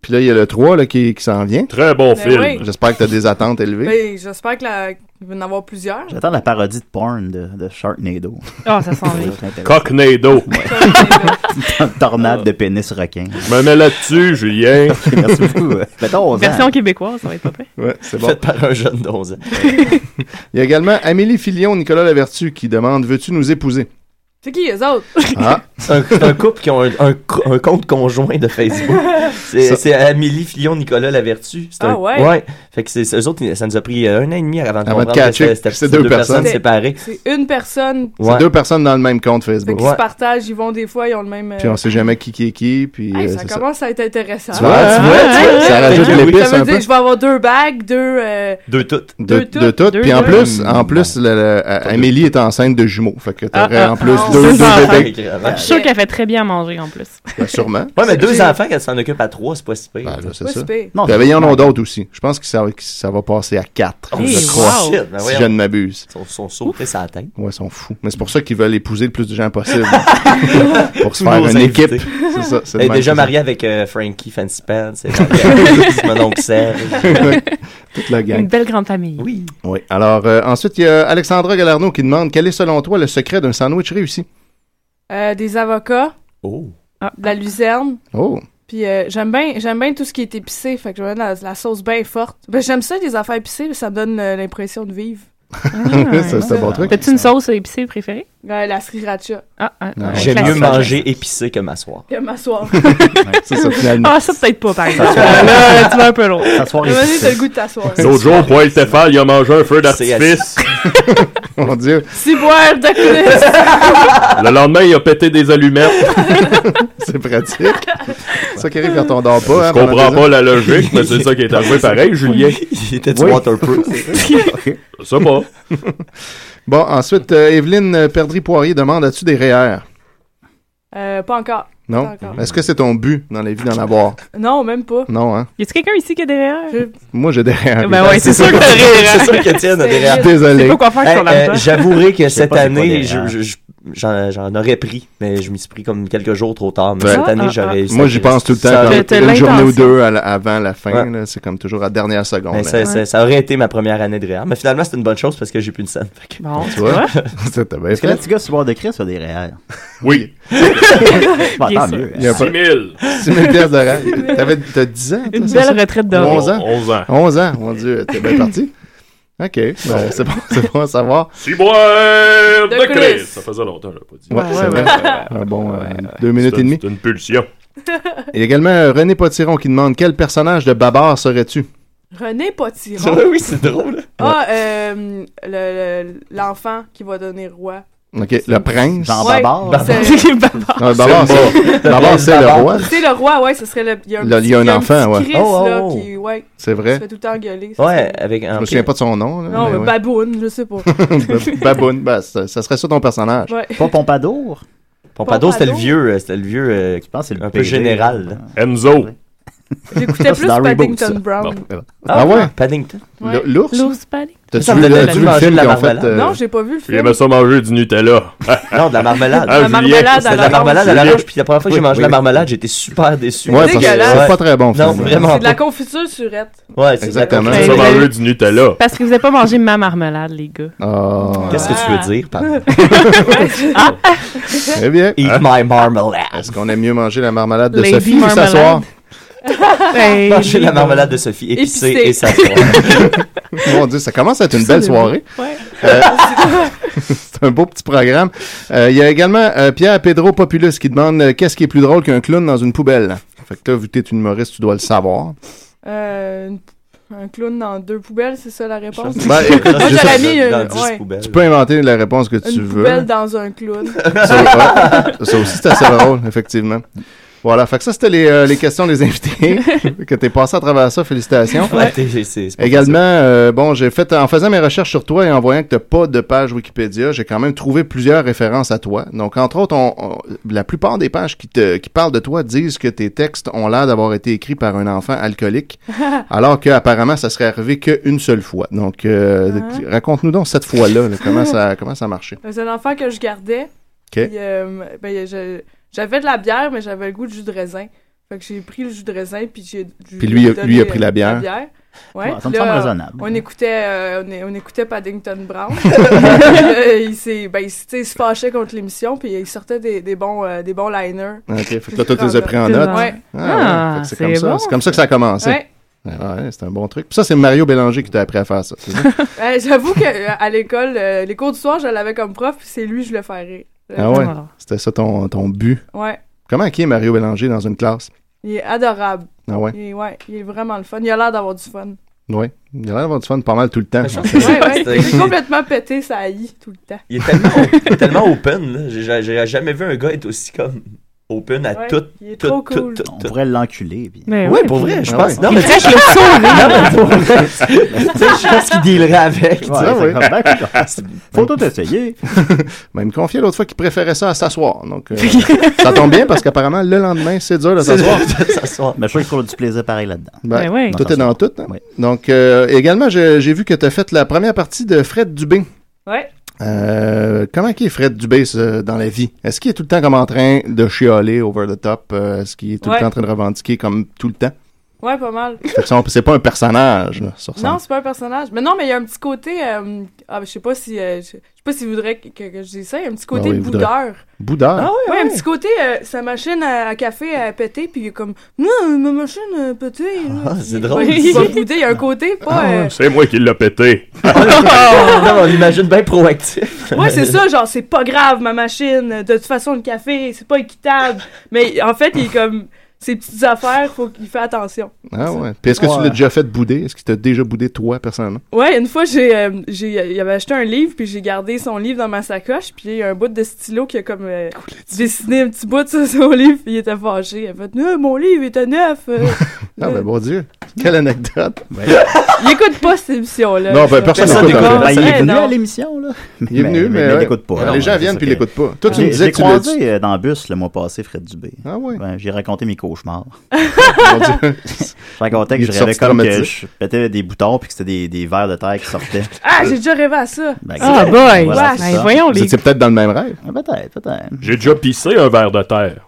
Speaker 7: Puis là, il y a le 3 là, qui, qui s'en vient.
Speaker 1: Très bon
Speaker 9: Ben film. oui.
Speaker 7: J'espère que tu as des attentes élevées.
Speaker 9: Ben, j'espère que la- qu'il va y en avoir plusieurs.
Speaker 8: J'attends la parodie de porn de, de Sharknado.
Speaker 9: Ah, ça s'en vient.
Speaker 1: Cocknado.
Speaker 8: Tornade de pénis requin.
Speaker 1: Je me mets là-dessus, Julien.
Speaker 8: Merci beaucoup. Mettons 11
Speaker 6: Version québécoise, ça va être pas pire.
Speaker 7: Ouais, c'est bon.
Speaker 10: Faites par un jeune d'11 ans.
Speaker 7: Il y a également Amélie Filion, Nicolas Lavertu, qui demande Veux-tu nous épouser
Speaker 9: C'est qui les autres?
Speaker 7: Ah,
Speaker 10: un, un couple qui ont un, un co- un compte conjoint de Facebook. C'est
Speaker 7: Ça-
Speaker 10: c'est Amélie Fillon, Nicolas Lavertu. C'est
Speaker 9: Ah
Speaker 10: un-
Speaker 9: ouais?
Speaker 10: Fait que c'est eux autres, ça nous a pris euh, un an et demi avant de
Speaker 7: Avant de
Speaker 10: comprendre que
Speaker 7: catcher
Speaker 10: c'était-
Speaker 7: que
Speaker 10: c'était
Speaker 7: c'est
Speaker 10: deux,
Speaker 7: deux
Speaker 10: personnes
Speaker 7: personnes.
Speaker 10: séparées.
Speaker 9: C'est une personne
Speaker 7: C'est deux personnes dans le même compte Facebook.
Speaker 9: qui se partage, ils vont des fois, ils ont le même. euh,
Speaker 7: Puis on sait jamais qui qui est qui. Puis,
Speaker 9: hey,
Speaker 7: euh,
Speaker 9: ça
Speaker 7: c'est
Speaker 9: commence à être intéressant. Ben
Speaker 7: Tu vois, tu vois, tu vois, ça rajoute
Speaker 9: Ça
Speaker 7: l'épice
Speaker 9: veut
Speaker 7: un
Speaker 9: dire
Speaker 7: peu.
Speaker 9: que je vais avoir deux bagues, deux. euh,
Speaker 10: Deux toutes. Hmm.
Speaker 7: De,
Speaker 9: Deux toutes.
Speaker 7: de toutes.
Speaker 9: Deux,
Speaker 7: Puis en
Speaker 9: deux.
Speaker 7: plus, en plus le- le- Amélie est enceinte de jumeaux. Fait que t'aurais
Speaker 6: Ah, ah,
Speaker 7: en plus
Speaker 6: ah,
Speaker 7: deux,
Speaker 6: c'est ça.
Speaker 7: deux bébés.
Speaker 6: Je
Speaker 10: hein.
Speaker 6: suis sûr qu'elle fait très bien à manger en plus.
Speaker 7: Ben, sûrement.
Speaker 10: Ouais, mais deux enfants, qu'elle s'en occupe à trois, c'est pas si pire.
Speaker 7: Ben, C'est ça.
Speaker 6: pire.
Speaker 10: Non,
Speaker 7: Puis
Speaker 10: c'est
Speaker 7: il y en
Speaker 10: pas
Speaker 7: a
Speaker 10: mal.
Speaker 7: d'autres aussi. Je pense que ça, va- que ça va passer à 4.
Speaker 10: Oh, shit, ben
Speaker 7: si
Speaker 10: voyons.
Speaker 7: je ne m'abuse.
Speaker 10: Ils sont- sont sautés sur la tête.
Speaker 7: Ouais, ils sont fous. Mais c'est pour ça qu'ils veulent épouser le plus de gens possible. pour se
Speaker 10: Tous
Speaker 7: faire
Speaker 10: nos
Speaker 7: une
Speaker 10: invités.
Speaker 7: équipe. C'est ça. c'est le
Speaker 10: Elle est
Speaker 7: même
Speaker 10: déjà
Speaker 7: que ça.
Speaker 10: mariée avec euh, Frankie Fancy Pants. C'est mariée avec mon oncle Serge.
Speaker 7: Ouais. Toute la gang.
Speaker 6: Une belle grande famille.
Speaker 10: Oui.
Speaker 7: Oui. Alors, euh, ensuite, il y a Alexandra Galarno qui demande quel est selon toi le secret d'un sandwich réussi
Speaker 9: euh, des avocats,
Speaker 10: Oh.
Speaker 9: de la luzerne.
Speaker 7: Oh.
Speaker 9: Puis euh, j'aime bien j'aime bien tout ce qui est épicé, fait que je mets la, la sauce bien forte. Ben, j'aime ça les affaires épicées, ça me donne euh, l'impression de vivre. Ah,
Speaker 7: Ça, c'est un bon truc.
Speaker 6: T'as-tu une sauce épicée préférée?
Speaker 9: Euh, la sriracha.
Speaker 6: Ah, ah,
Speaker 7: Non.
Speaker 6: ah,
Speaker 10: J'aime mieux
Speaker 6: classique.
Speaker 10: manger épicé que m'asseoir.
Speaker 9: Que m'asseoir.
Speaker 7: C'est ça, finalement.
Speaker 6: Ah, ça peut-être pas, par exemple.
Speaker 10: soirée.
Speaker 6: Là, tu vas un peu long.
Speaker 9: Imagine, t'as le goût de t'asseoir.
Speaker 1: L'autre jour, Poil Tefal, il a mangé un feu d'artifice.
Speaker 7: Mon Dieu.
Speaker 9: Si boire de Chris.
Speaker 1: Le lendemain, il a pété des allumettes.
Speaker 7: C'est pratique. C'est ça qui arrive quand on dort pas.
Speaker 1: Je
Speaker 7: hein, pendant
Speaker 1: comprends
Speaker 7: des
Speaker 1: pas
Speaker 7: ans.
Speaker 1: la logique, mais c'est ça qui est arrivé pareil, Julien.
Speaker 10: Il était du
Speaker 7: Oui.
Speaker 10: waterproof.
Speaker 1: Je sais pas.
Speaker 7: Bon, ensuite, euh, Evelyne Perdry-Poirier demande As-tu des REER
Speaker 9: Euh, pas encore.
Speaker 7: Non.
Speaker 9: Pas encore.
Speaker 7: Est-ce que c'est ton but dans la vie d'en avoir
Speaker 9: Non, même pas.
Speaker 7: Non, hein
Speaker 6: Y a-tu quelqu'un ici qui est derrière?
Speaker 7: Moi, j'ai des REER.
Speaker 6: Ben ouais, c'est sûr que t'as rire.
Speaker 10: C'est sûr qu'Étienne a des réactions.
Speaker 6: C'est
Speaker 7: Désolé.
Speaker 6: pas quoi faire
Speaker 10: Hey,
Speaker 6: sur
Speaker 10: euh,
Speaker 6: la
Speaker 10: J'avouerai que
Speaker 8: sais
Speaker 10: cette
Speaker 8: pas c'est quoi
Speaker 10: année,
Speaker 8: des
Speaker 10: je-
Speaker 8: erreurs.
Speaker 10: je- je- j'en j'en aurais pris, mais je m'y suis pris comme quelques jours trop tard. Mais
Speaker 7: Ouais.
Speaker 10: cette année,
Speaker 6: Ah, ah,
Speaker 10: j'aurais
Speaker 7: Moi, j'y pense tout le temps.
Speaker 10: Ça,
Speaker 7: comme
Speaker 6: T'as- t'as
Speaker 7: une journée ou
Speaker 6: l'intention.
Speaker 7: deux à la- avant la fin. ben.
Speaker 10: Ouais.
Speaker 7: là, C'est comme toujours à la dernière seconde.
Speaker 10: mais
Speaker 7: là.
Speaker 10: Ben, ça, ça- ça aurait été ma première année de réa. Mais finalement, c'est une bonne chose parce que j'ai plus de scène. Fait que-
Speaker 6: Bon,
Speaker 7: Tu vois C'était bien
Speaker 8: Est-ce que le
Speaker 7: fait.
Speaker 8: petit gars sur le bord de Chris a des réels?
Speaker 1: Oui.
Speaker 8: Bah,
Speaker 6: Bien
Speaker 8: tant
Speaker 6: sûr.
Speaker 8: mieux.
Speaker 7: Il y a
Speaker 1: 10
Speaker 7: pas
Speaker 1: 000.
Speaker 7: 6 000 piastres de REER. T'avais- T'as 10 ans toi,
Speaker 6: Une
Speaker 7: c'est ça?
Speaker 6: belle retraite d'or.
Speaker 7: 11 ans.
Speaker 1: 11 ans.
Speaker 7: 11 ans, mon Dieu, t'es bien parti. OK, ben, c'est bon, c'est bon à savoir.
Speaker 1: Si boire de
Speaker 9: De
Speaker 1: Chris.
Speaker 9: Chris.
Speaker 1: Ça faisait longtemps, je l'ai pas dit.
Speaker 7: Ouais, c'est vrai. Un bon, euh, deux minutes
Speaker 1: C'est
Speaker 7: et
Speaker 1: une-
Speaker 7: demie.
Speaker 1: C'est une pulsion.
Speaker 7: Il y a également euh, René Potiron qui demande quel personnage de Babar serais-tu
Speaker 9: René Potiron.
Speaker 10: Oui, oui, c'est drôle.
Speaker 9: Ah, euh, le- le- l'enfant qui va donner roi.
Speaker 7: Ok, le prince.
Speaker 8: Jean
Speaker 9: Ouais.
Speaker 8: Babar.
Speaker 9: C'est
Speaker 6: C'est bavard.
Speaker 7: Non, Babar, c'est Babar, c'est le
Speaker 10: Babar.
Speaker 7: roi.
Speaker 9: c'est le roi, ouais, ce serait le. Il y a un,
Speaker 7: Là, il y a un
Speaker 9: petit-
Speaker 7: enfant,
Speaker 9: petit
Speaker 7: hein, ouais.
Speaker 9: Chris,
Speaker 10: Oh, oh,
Speaker 9: là,
Speaker 10: oh.
Speaker 9: qui, ouais,
Speaker 7: C'est
Speaker 9: qui se
Speaker 7: vrai.
Speaker 9: fait tout le temps engueuler. ça,
Speaker 10: Ouais, euh,
Speaker 9: c'est-
Speaker 10: avec un.
Speaker 7: Je me souviens pas de son nom. Là,
Speaker 9: Non,
Speaker 7: mais
Speaker 9: mais
Speaker 7: ouais.
Speaker 9: baboune, je sais pas.
Speaker 7: Baboune, ben, ça, ça serait ça ton personnage.
Speaker 9: Ouais.
Speaker 8: Pas Pompadour.
Speaker 10: Pompadour, c'était le
Speaker 9: Pompadour.
Speaker 10: vieux. euh, C'était le vieux. euh,
Speaker 8: Je pense que c'est le
Speaker 10: Un peu
Speaker 8: PD.
Speaker 10: général, là.
Speaker 1: Enzo.
Speaker 9: J'écoutais
Speaker 8: C'est
Speaker 9: plus
Speaker 8: dans Reboot,
Speaker 9: Paddington
Speaker 8: ça.
Speaker 9: Brown.
Speaker 7: Ah ouais?
Speaker 10: Paddington.
Speaker 9: Ouais.
Speaker 7: L- L'ours
Speaker 6: L'ours pâle.
Speaker 7: T'as-tu
Speaker 10: Ça
Speaker 7: vu,
Speaker 10: me donnait
Speaker 7: le- t'as-tu vu
Speaker 10: la
Speaker 7: le film
Speaker 10: de la
Speaker 7: qu'ils ont fait
Speaker 10: marmelade.
Speaker 7: euh,
Speaker 9: Non, j'ai pas vu le
Speaker 1: Il
Speaker 9: film.
Speaker 1: aimait ça manger du Nutella.
Speaker 10: Non, de la marmelade.
Speaker 1: Ah,
Speaker 9: La
Speaker 1: Julien,
Speaker 9: marmelade à
Speaker 10: C'était de
Speaker 9: la
Speaker 10: la marmelade à
Speaker 1: Julien.
Speaker 10: l'orange. Puis la première fois que j'ai
Speaker 8: Oui,
Speaker 10: mangé
Speaker 8: oui,
Speaker 10: la
Speaker 8: oui.
Speaker 10: marmelade, j'étais super déçu.
Speaker 7: Ouais, parce que
Speaker 9: dégueulasse.
Speaker 7: c'est pas très bon.
Speaker 10: Non,
Speaker 7: film.
Speaker 10: vraiment.
Speaker 9: C'est de la confiture surette.
Speaker 10: Ouais, c'est
Speaker 7: Exactement.
Speaker 1: Il aimait
Speaker 6: Ben,
Speaker 1: ça
Speaker 6: vous
Speaker 1: manger
Speaker 6: avez-
Speaker 1: du Nutella.
Speaker 6: Parce que vous avez pas mangé ma marmelade, les gars.
Speaker 7: Ah,
Speaker 10: Qu'est-ce que tu veux dire par
Speaker 7: très bien. Ah.
Speaker 10: Eat my marmalade?
Speaker 7: Est-ce qu'on aime mieux manger la marmelade de
Speaker 6: Lady
Speaker 7: Sophie ou
Speaker 6: marmelade.
Speaker 7: s'asseoir?
Speaker 6: Ben,
Speaker 10: Ah, Manger la marmelade de Sophie épicée
Speaker 9: Épicée.
Speaker 10: et savoure.
Speaker 7: Mon Dieu, ça commence à être une belle soirée. Euh,
Speaker 6: Ouais.
Speaker 7: C'est un beau petit programme. Euh, Il y a également euh, Pierre Pedro Populus qui demande euh, qu'est-ce qui est plus drôle qu'un clown dans une poubelle. Fait que toi, vu que t'es une humoriste, tu dois le savoir.
Speaker 9: Euh, une- un clown dans deux poubelles, c'est ça la réponse?
Speaker 7: Ben, écoute,
Speaker 9: Moi,
Speaker 7: je sais-
Speaker 9: j'aurais mis
Speaker 10: Dans
Speaker 9: euh,
Speaker 10: 10
Speaker 9: ouais,
Speaker 10: poubelles.
Speaker 7: tu peux inventer la réponse que tu
Speaker 9: une
Speaker 7: veux.
Speaker 9: poubelle dans un clown.
Speaker 7: Ça, ouais. Ça aussi, c'est assez drôle, effectivement. Voilà, fait que ça, c'était les, euh, les questions des invités. que t'es passé à travers ça, félicitations.
Speaker 10: Ouais, t'es- c'est- c'est pas
Speaker 7: Également, euh, bon, j'ai fait en faisant mes recherches sur toi et en voyant que t'as pas de page Wikipédia, j'ai quand même trouvé plusieurs références à toi. Donc, entre autres, on- on- la plupart des pages qui te qui parlent de toi disent que tes textes ont l'air d'avoir été écrits par un enfant alcoolique, alors que apparemment ça serait arrivé qu'une seule fois. Donc, euh,
Speaker 10: Ah.
Speaker 7: raconte-nous donc cette fois-là, là, comment ça comment ça a marché.
Speaker 9: C'est un enfant ben, que je gardais. Puis, euh, ben, je- j'avais de la bière, mais j'avais le goût de jus de raisin. Fait que j'ai pris le jus de raisin, puis j'ai.
Speaker 7: Puis lui,
Speaker 9: j'ai
Speaker 7: il a-
Speaker 9: donné,
Speaker 7: lui a pris la
Speaker 9: euh,
Speaker 7: bière.
Speaker 9: Ouais,
Speaker 8: Ouais, ça me
Speaker 9: puis là,
Speaker 8: semble raisonnable.
Speaker 9: On écoutait, euh, on, é- on écoutait Paddington Brown. Puis là, il s'est, ben, il, s- tu sais, il se fâchait contre l'émission, puis il sortait des, des bons, euh, des bons liners.
Speaker 7: Ah, Ok, fait que là, toi, tu les as pris en
Speaker 9: Ouais.
Speaker 7: note.
Speaker 9: Ouais.
Speaker 7: Ah, ouais. Fait que c'est comme ça. C'est comme ça que ça a commencé.
Speaker 9: Ouais.
Speaker 7: Ah ouais, c'est un bon truc. Puis ça, c'est Mario Bélanger qui t'a appris à faire ça. c'est ça?
Speaker 9: Euh, j'avoue qu'à l'école, euh, les cours du soir, je l'avais comme prof, puis c'est lui, je le ferais. rire.
Speaker 7: ah ouais, c'était ça ton, ton but.
Speaker 9: Ouais.
Speaker 7: Comment qui est Mario Bélanger dans une classe?
Speaker 9: Il est adorable.
Speaker 7: Ah ouais?
Speaker 9: Il est, ouais, il est vraiment le fun. Il a l'air d'avoir du fun.
Speaker 7: Oui. Il a l'air d'avoir du fun pas mal tout le temps.
Speaker 9: Ouais, ouais. Il est complètement pété, ça haït tout le temps.
Speaker 10: Il est tellement, il est tellement open, là. J'ai- J'ai j'ai jamais vu un gars être aussi comme open à
Speaker 9: Ouais,
Speaker 10: tout.
Speaker 9: il est
Speaker 10: tout,
Speaker 9: trop
Speaker 10: tout,
Speaker 9: cool.
Speaker 10: tout,
Speaker 8: On pourrait l'enculer. puis-
Speaker 10: Mais Ouais, ouais, pour puis- vrai, je pense.
Speaker 8: Non,
Speaker 10: Non,
Speaker 8: mais tu
Speaker 10: mais tu sais,
Speaker 8: le
Speaker 10: Non, mais pour vrai.
Speaker 8: Tu sais, je pense qu'il dealerait avec.
Speaker 7: Ouais, ben, ça, oui.
Speaker 8: Faut tout essayer.
Speaker 7: Mais Ben, il me confiait l'autre fois qu'il préférait ça à s'asseoir. Donc, euh, ça tombe bien parce qu'apparemment, le lendemain, c'est dur de s'asseoir.
Speaker 8: Mais je crois qu'il trouve du plaisir pareil là-dedans.
Speaker 7: Ben, Tout est dans tout. hein. Donc, euh, également, je- j'ai vu que tu as fait la première partie de Fred Dubé.
Speaker 9: Ouais.
Speaker 7: Euh, comment qui est Fred Dubé ce- dans la vie? Est-ce qu'il est tout le temps comme en train de chialer over the top? Euh, Est-ce qu'il est tout
Speaker 9: Ouais.
Speaker 7: le temps en train de revendiquer comme tout le temps?
Speaker 9: Ouais, pas mal.
Speaker 7: Fait que ça, on- c'est pas un personnage, là, sur scène.
Speaker 9: Non, c'est pas un personnage. Mais non, mais il y a un petit côté. euh, ah, ben, je sais pas si. euh, je je sais pas si vous voudrez que, que- que je dise ça. Il y a un petit côté
Speaker 7: Ben oui, Ah, voudrait.
Speaker 9: boudeur. Ah
Speaker 7: Boudeur?
Speaker 9: ouais, un petit côté, euh, sa machine à, à café a pété, puis il est comme, non, ma machine a pété. là.
Speaker 1: c'est
Speaker 9: Il-
Speaker 1: drôle.
Speaker 9: Il va bouder, il y a un côté,
Speaker 7: Ah
Speaker 9: pas. euh,
Speaker 1: Ah C'est moi qui l'a pété.
Speaker 10: Ah non, on l'imagine bien proactif.
Speaker 9: Ouais, c'est ça, genre, c'est pas grave, ma machine. De toute façon, le café, c'est pas équitable. Mais en fait, il est comme, ces petites affaires, faut qu'il fait attention.
Speaker 7: Ah ouais. Puis est-ce que tu
Speaker 9: Ouais.
Speaker 7: l'as déjà fait bouder? Est-ce qu'il t'a déjà boudé toi, personnellement?
Speaker 9: Ouais, une fois, j'ai, euh, j'ai, il avait acheté un livre, puis j'ai gardé son livre dans ma sacoche, puis il y a un bout de stylo qui a comme euh, dessiné un petit bout sur son livre, puis il était fâché. Il a fait, non, mon livre était neuf. euh.
Speaker 7: Ah, ben bon Dieu. Quelle anecdote.
Speaker 1: Ben,
Speaker 9: il écoute pas cette émission-là.
Speaker 7: Non, ben, personne n'écoute.
Speaker 9: n'écoute.
Speaker 7: Ben, il est venu
Speaker 8: à l'émission, là.
Speaker 7: Il est venu, mais, ouais.
Speaker 8: l'écoute
Speaker 10: Ah
Speaker 8: pas.
Speaker 7: Les gens viennent puis ils l'écoutent pas. Toi, tu me disais que tu l'as dit.
Speaker 8: croisé euh, dans le bus le mois passé, Fred Dubé. Ben,
Speaker 7: Ah oui?
Speaker 8: J'ai raconté mes cauchemars.
Speaker 7: Dieu.
Speaker 8: Je racontais
Speaker 7: Il
Speaker 8: que
Speaker 7: est
Speaker 8: je rêvais
Speaker 7: sorti
Speaker 8: comme que
Speaker 7: traumatisé.
Speaker 8: je pétais des boutons puis que c'était des, des verres de terre qui sortaient.
Speaker 9: Ah, j'ai déjà rêvé à ça.
Speaker 8: Ben,
Speaker 9: Ah,
Speaker 8: c'est-
Speaker 9: boy.
Speaker 8: voilà,
Speaker 9: Ouais,
Speaker 8: c'est ça.
Speaker 9: voyons, Vous les- étiez
Speaker 7: peut-être dans le même rêve.
Speaker 8: Ah, peut-être, peut-être.
Speaker 1: J'ai déjà pissé un verre de terre.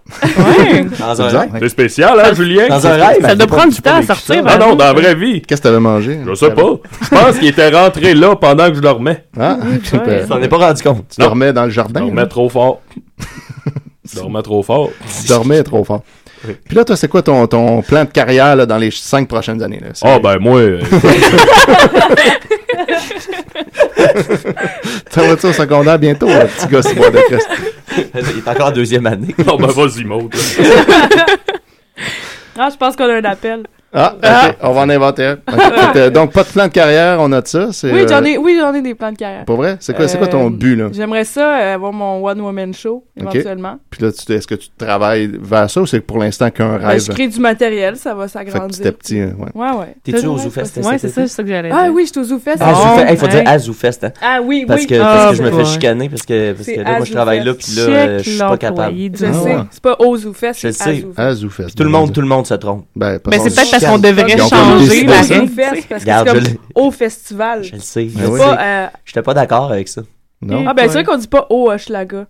Speaker 10: Dans
Speaker 7: un bizarre. rêve.
Speaker 1: C'est spécial, hein, Julien?
Speaker 7: Dans un rêve, Ça doit prendre du temps à sortir,
Speaker 1: Ah
Speaker 9: Ben,
Speaker 7: par
Speaker 1: non,
Speaker 7: exemple.
Speaker 1: dans la vraie vie.
Speaker 7: Qu'est-ce que t'avais mangé?
Speaker 1: Je sais pas. Je pense qu'il était rentré là pendant que je dormais.
Speaker 7: Ah,
Speaker 1: tu
Speaker 7: Ouais.
Speaker 10: T'en es pas rendu compte.
Speaker 7: Tu dormais dans le jardin? hein?
Speaker 1: dormais trop fort. Je dormais trop fort.
Speaker 7: Tu dormais trop fort. Puis là, toi, c'est quoi ton, ton plan de carrière là, dans les cinq prochaines années? là? C'est-
Speaker 1: Ah ben moi, euh,
Speaker 7: T'en vas-tu au secondaire bientôt, là, petit gars, c'est de Christ?
Speaker 10: Il est encore en deuxième année.
Speaker 1: Non, ben vas-y, Maud.
Speaker 9: Ah, je pense qu'on a un appel.
Speaker 7: Ah, ok, on va en inventer un. Ok, fait que, euh, donc, pas de plan de carrière, on a de ça. c'est,
Speaker 9: Oui, j'en
Speaker 7: euh,
Speaker 9: ai, oui, j'en ai des plans de carrière.
Speaker 7: Pour vrai? C'est quoi, c'est quoi
Speaker 9: Euh,
Speaker 7: ton but, là?
Speaker 9: J'aimerais ça euh, avoir mon one woman show
Speaker 7: Ok.
Speaker 9: éventuellement.
Speaker 7: Puis là, tu- est-ce que tu travailles vers ça ou c'est pour l'instant qu'un
Speaker 9: Ben,
Speaker 7: rêve?
Speaker 9: je crée du matériel, ça va
Speaker 7: Fait que
Speaker 9: s'agrandir.
Speaker 7: petit à petit, hein, ouais.
Speaker 9: Ouais, ouais.
Speaker 10: T'es-tu au Zoufest cet
Speaker 9: Ouais, c'est
Speaker 10: été?
Speaker 9: ça, c'est ça que j'allais
Speaker 10: Ah
Speaker 9: dire. oui, je suis au Zoufest.
Speaker 10: Ah,
Speaker 9: Oh,
Speaker 10: Zoufest. Hey, faut dire
Speaker 9: ouais.
Speaker 10: à Zoufest, hein.
Speaker 9: Ah oui,
Speaker 10: parce
Speaker 9: oui.
Speaker 10: Que,
Speaker 9: Ah,
Speaker 10: parce que je me
Speaker 9: ouais.
Speaker 10: fais chicaner, parce que, parce
Speaker 9: C'est
Speaker 10: que
Speaker 9: à
Speaker 10: là, moi, je travaille là, puis là,
Speaker 9: Zoufest.
Speaker 10: euh, je suis pas
Speaker 9: Check
Speaker 10: capable.
Speaker 9: l'employé du Je sais. Zoufest. C'est pas au Zoufest,
Speaker 10: Je le
Speaker 9: c'est à
Speaker 10: sais.
Speaker 9: Zoufest.
Speaker 7: À Zoufest.
Speaker 10: Tout le monde, tout le monde se trompe.
Speaker 7: Ben,
Speaker 9: Mais c'est peut-être parce qu'on devrait changer la règle. Parce que c'est
Speaker 10: Regarde, je
Speaker 9: comme
Speaker 10: le-
Speaker 9: au festival.
Speaker 10: je le sais.
Speaker 9: C'est
Speaker 7: Ben
Speaker 10: Je le
Speaker 9: pas,
Speaker 10: sais.
Speaker 9: euh,
Speaker 10: J'étais pas d'accord avec ça.
Speaker 9: Ah, ben c'est vrai qu'on dit pas au Hochelaga.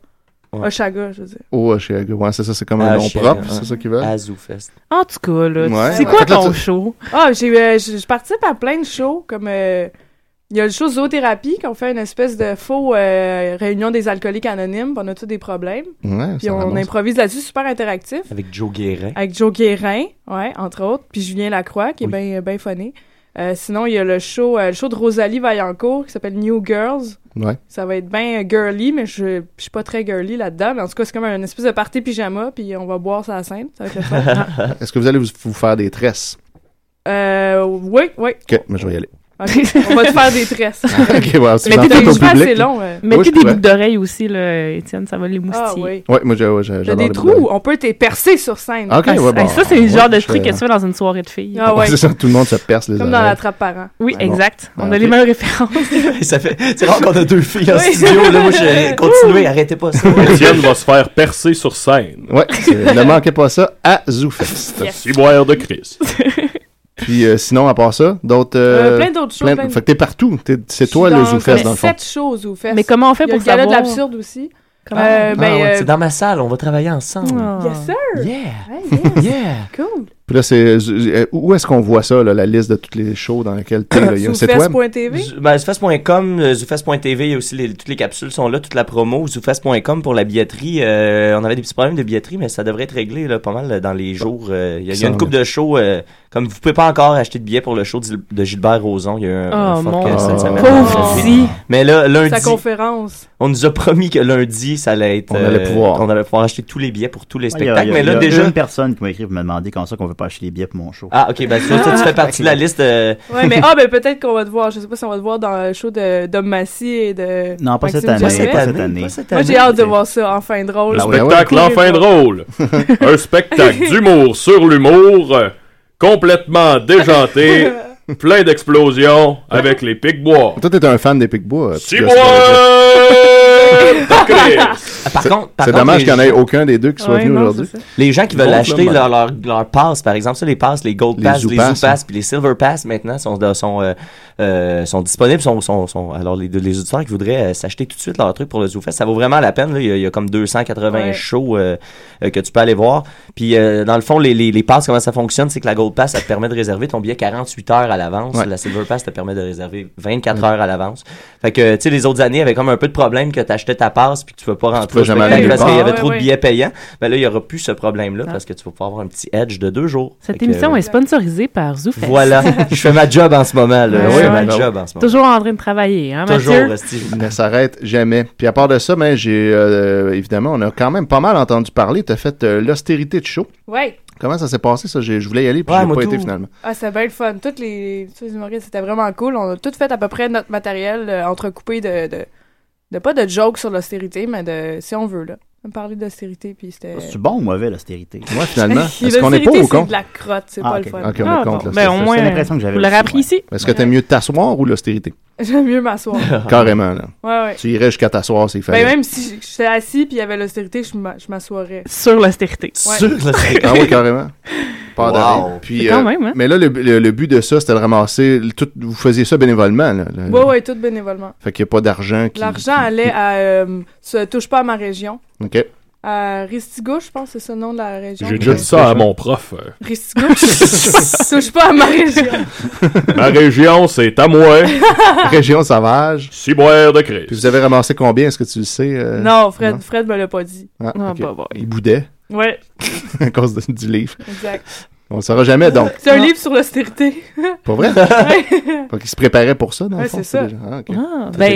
Speaker 10: Ouais.
Speaker 9: Hochelaga, je veux dire.
Speaker 7: Oh, chez ouais, c'est ça, c'est comme un
Speaker 10: Ah,
Speaker 7: nom
Speaker 10: chez-
Speaker 7: propre,
Speaker 10: ouais.
Speaker 7: c'est ça qu'ils veulent.
Speaker 10: À Zoufest.
Speaker 9: En tout cas, là,
Speaker 7: tu- Ouais. c'est quoi Fait que là, ton tu-
Speaker 9: show? Ah, j'ai, euh, je, je participe à plein de shows, comme... euh, il y a le show zoothérapie, qu'on fait une espèce de faux euh, réunion des alcooliques anonymes, puis on a tous des problèmes.
Speaker 10: Ouais,
Speaker 9: puis
Speaker 10: ça
Speaker 9: on
Speaker 10: ramasse.
Speaker 9: improvise là-dessus, super interactif,
Speaker 10: Avec Joe Guérin.
Speaker 9: avec Joe Guérin, ouais, entre autres, puis Julien Lacroix, qui est bien ben funny. Euh, sinon, il y a le show, euh, le show de Rosalie Vaillancourt, qui s'appelle New Girls.
Speaker 7: Ouais.
Speaker 9: Ça va être bien euh, girly, mais je, je suis pas très girly là-dedans. Mais en tout cas, c'est comme une espèce de party pyjama, puis on va boire ça à la scène. Ça va être le fun.
Speaker 7: Est-ce que vous allez vous, vous faire des tresses?
Speaker 9: Euh, oui, oui.
Speaker 7: Ok, mais je vais y aller.
Speaker 9: Ok, On va te faire des tresses.
Speaker 7: Ok, wow, c'est dans
Speaker 9: Mettez
Speaker 7: tout
Speaker 9: des
Speaker 7: au
Speaker 9: cheveux
Speaker 7: public,
Speaker 9: assez
Speaker 7: là.
Speaker 9: longs. euh.
Speaker 7: Oui, je
Speaker 6: Mettez des
Speaker 7: pourrais.
Speaker 6: boucles d'oreilles aussi, là, Étienne, ça va les moustiller.
Speaker 9: Ah oui.
Speaker 7: Ouais, moi, j'ai- ouais, j'ai-
Speaker 9: T'as
Speaker 7: j'adore
Speaker 9: des
Speaker 7: les
Speaker 9: trous, on peut t'es percer sur scène.
Speaker 7: Ok, ouais,
Speaker 6: Ah,
Speaker 7: bon,
Speaker 6: ça, c'est le
Speaker 7: ouais,
Speaker 6: genre de
Speaker 7: je
Speaker 6: truc que
Speaker 7: fais-
Speaker 6: tu fais dans une soirée de filles.
Speaker 9: Ah ouais.
Speaker 7: C'est ça, tout le monde se perce les
Speaker 9: Comme
Speaker 7: oreilles.
Speaker 9: dans la trappe parent.
Speaker 6: Oui,
Speaker 7: Ah, bon.
Speaker 6: exact. On
Speaker 7: Ah,
Speaker 6: a les
Speaker 7: ok.
Speaker 6: mêmes références.
Speaker 10: ça fait. C'est rare qu'on a deux filles en
Speaker 6: Oui.
Speaker 10: studio, là. Moi, je. Continuez, arrêtez pas ça.
Speaker 1: Étienne va se faire percer sur scène.
Speaker 7: Ouais, c'est- ne manquez pas ça à ZooFest.
Speaker 1: Yes. Ciboire de Christ.
Speaker 7: Puis euh, sinon, à part ça, d'autres...
Speaker 9: Euh, plein d'autres choses, plein de-
Speaker 7: Fait que t'es partout. T'es- C'est toi le ZooFest, dans le fond.
Speaker 9: Sept choses au fest.
Speaker 6: Mais comment on fait
Speaker 9: Il y a
Speaker 6: pour
Speaker 9: le gala de
Speaker 6: savoir?
Speaker 9: l'absurde aussi. Comment? Euh, ben,
Speaker 10: Ah ouais,
Speaker 9: euh, Ah.
Speaker 10: C'est dans ma salle, on va travailler ensemble.
Speaker 9: Yes, sir! Hein?
Speaker 10: Yeah!
Speaker 9: yes. Cool!
Speaker 7: Puis là, c'est, euh, où est-ce qu'on voit ça, là, la liste de toutes les shows dans lesquelles t'es? là? Il y a un site web?
Speaker 9: Zoufest.tv?
Speaker 10: Z- Ben, zoufest.com, euh, zoufest.tv, il y a aussi les- toutes les capsules sont là, toute la promo, zoufest.com pour la billetterie. Euh, on avait des petits problèmes de billetterie, mais ça devrait être réglé là, pas mal euh, dans les jours. Euh, Il y a, il y a une coupe de shows, euh, comme vous pouvez pas encore acheter de billets pour le show d'Il- de Gilbert Rozon, il y a eu un, un
Speaker 9: Oh,
Speaker 10: fuck,
Speaker 9: mon
Speaker 10: euh, cette
Speaker 9: Dieu.
Speaker 10: semaine.
Speaker 9: Pauvre
Speaker 10: Mais-
Speaker 9: petit.
Speaker 10: Mais là, lundi,
Speaker 9: Sa conférence.
Speaker 10: on nous a promis que lundi, ça allait être... euh,
Speaker 8: On allait pouvoir. Ah,
Speaker 10: On allait pouvoir acheter tous les billets pour tous les
Speaker 8: Il y a- il
Speaker 10: spectacles.
Speaker 8: y a-
Speaker 10: mais là,
Speaker 8: il y a
Speaker 10: déjà...
Speaker 8: une personne qui m'a écrit pour me demander comment ça qu'on veut pas acheter les billets pour mon show.
Speaker 10: Ah, ok, ben ça, ça, tu fais partie de la liste... euh,
Speaker 9: Ouais, mais ah, ben peut-être qu'on va te voir. Je sais pas si on va te voir dans le show de Dom Massy et de.
Speaker 8: Non, pas
Speaker 9: Maxime
Speaker 8: cette année,
Speaker 9: Gervais.
Speaker 8: pas cette année. Pas cette
Speaker 9: Moi, j'ai
Speaker 8: année.
Speaker 9: hâte de voir ça, enfin
Speaker 7: Ah
Speaker 9: drôle.
Speaker 1: Le spectacle L'Enfin drôle. un spectacle d'humour sur l'humour, euh, complètement déjanté, plein d'explosions avec les pics bois.
Speaker 7: Toi, t'es un fan des Picbois. euh,
Speaker 1: Si moi,
Speaker 10: Par contre, par
Speaker 7: C'est
Speaker 10: contre,
Speaker 7: dommage
Speaker 10: les-
Speaker 7: qu'il y en ait aucun des deux qui soit
Speaker 10: Ouais,
Speaker 7: venu
Speaker 10: non,
Speaker 7: aujourd'hui.
Speaker 10: c'est ça. Les gens qui veulent acheter leur, leur, leur pass, par exemple, ça, les passes, les gold
Speaker 7: Les
Speaker 10: pass,
Speaker 7: Zoo
Speaker 10: les
Speaker 7: Pass, hein.
Speaker 10: zoo pass, puis les silver pass maintenant sont, de- sont, euh, euh, sont disponibles. Sont, sont, sont- alors, les, les auditeurs qui voudraient euh, s'acheter tout de suite leur truc pour le ZooFest, ça vaut vraiment la peine. là. Il, y a, il y a comme 280
Speaker 9: Ouais.
Speaker 10: shows euh, euh, que tu peux aller voir. Puis, euh, dans le fond, les, les, les passes, comment ça fonctionne, c'est que la gold pass, ça te permet de réserver ton billet 48 heures à l'avance.
Speaker 7: Ouais.
Speaker 10: La silver pass te permet de réserver 24 heures à l'avance. Fait que, tu sais, les autres années avaient comme un peu de problème que tu achetais ta passe puis que tu ne peux pas rentrer
Speaker 7: pouvais
Speaker 10: au
Speaker 7: jamais
Speaker 10: spectacle
Speaker 7: aller
Speaker 10: parce qu'il y
Speaker 7: nulle
Speaker 10: avait
Speaker 7: part.
Speaker 10: trop
Speaker 7: Ouais,
Speaker 10: de
Speaker 7: ouais.
Speaker 10: billets payants. Ben là, il n'y aura plus ce problème-là parce que tu vas pouvoir avoir un petit edge de deux jours.
Speaker 6: Ah.
Speaker 10: Fait
Speaker 6: Cette
Speaker 10: que,
Speaker 6: émission
Speaker 10: euh,
Speaker 6: est sponsorisée par Zoufest.
Speaker 10: Voilà, je fais ma job en ce moment. Là.
Speaker 6: Ouais,
Speaker 10: je fais ma
Speaker 6: ouais.
Speaker 10: job en ce moment.
Speaker 6: Toujours en train de travailler,
Speaker 9: Ah,
Speaker 6: hein, Mathieu?
Speaker 7: Il ne s'arrête jamais. Puis à part de ça, ben, j'ai euh, évidemment, on a quand même pas mal entendu parler. Tu as fait euh, l'austérité de show.
Speaker 9: Ouais.
Speaker 7: Comment ça s'est passé, ça? J'ai- Je voulais y aller, puis
Speaker 9: Ouais,
Speaker 7: j'ai
Speaker 9: moi
Speaker 7: pas
Speaker 9: tout.
Speaker 7: été finalement.
Speaker 9: Ah, c'était bien le fun. Toutes les, tous les humoristes, c'était vraiment cool. On a tout fait à peu près notre matériel euh, entrecoupé de, de, de- pas de jokes sur l'austérité, mais de si on veut, là. On parlait d'austérité, puis c'était.
Speaker 7: Ah,
Speaker 8: C'est bon ou mauvais l'austérité
Speaker 7: Moi finalement,
Speaker 9: Puis
Speaker 7: est-ce qu'on est pas
Speaker 9: l'austérité,
Speaker 7: au compte?
Speaker 9: C'est de la crotte, c'est
Speaker 8: Ah,
Speaker 9: pas
Speaker 8: ok.
Speaker 9: le fun.
Speaker 7: Ok, on est contre
Speaker 6: ben, au
Speaker 7: l'austérité.
Speaker 6: moins, C'est l'impression que j'avais vous l'aurez aussi, appris ouais. ici.
Speaker 7: Est-ce que t'aimes mieux t'asseoir ou l'austérité?
Speaker 9: J'aime mieux m'asseoir.
Speaker 7: Carrément, là.
Speaker 9: Ouais, ouais.
Speaker 7: Tu irais jusqu'à t'asseoir s'il
Speaker 9: Ben,
Speaker 7: fallait.
Speaker 9: même si j- j'étais assis puis il y avait l'austérité, je m'a- je m'assoirais.
Speaker 6: Sur l'austérité.
Speaker 9: Ouais.
Speaker 7: Ah oui, carrément. Pas de
Speaker 9: Wow.
Speaker 7: rire. Puis, euh,
Speaker 9: C'est quand même, hein?
Speaker 7: Mais là, le, le- le but de ça, c'était de ramasser. le- tout- vous faisiez ça bénévolement. Là, Le-
Speaker 9: Ouais, ouais, tout bénévolement.
Speaker 7: Fait qu'il n'y a pas d'argent qui.
Speaker 9: L'argent allait à euh, Se touche pas à ma région.
Speaker 7: OK.
Speaker 9: À Ristigou, je pense, c'est ce nom de la région.
Speaker 1: J'ai déjà dit ça à mon prof. euh.
Speaker 9: Ristigou, touche pas à ma région.
Speaker 1: Ma région, c'est à moi.
Speaker 7: Région sauvage.
Speaker 1: Ciboire de Christ.
Speaker 7: Puis vous avez ramassé combien Est-ce que tu le sais euh?
Speaker 9: Non, Fred, Fred me l'a pas dit.
Speaker 7: Ah,
Speaker 9: Non,
Speaker 7: ok.
Speaker 9: bah, bah.
Speaker 7: Il boudait
Speaker 9: Ouais,
Speaker 7: à cause de- du livre.
Speaker 9: exact.
Speaker 7: On ne saura jamais donc.
Speaker 9: C'est un livre sur l'austérité.
Speaker 7: Pas vrai
Speaker 9: Ouais.
Speaker 7: Donc il se préparait pour ça dans le
Speaker 9: Ouais,
Speaker 7: fond.
Speaker 9: c'est ça.
Speaker 7: déjà- Ah, ok.
Speaker 6: Ah, ben,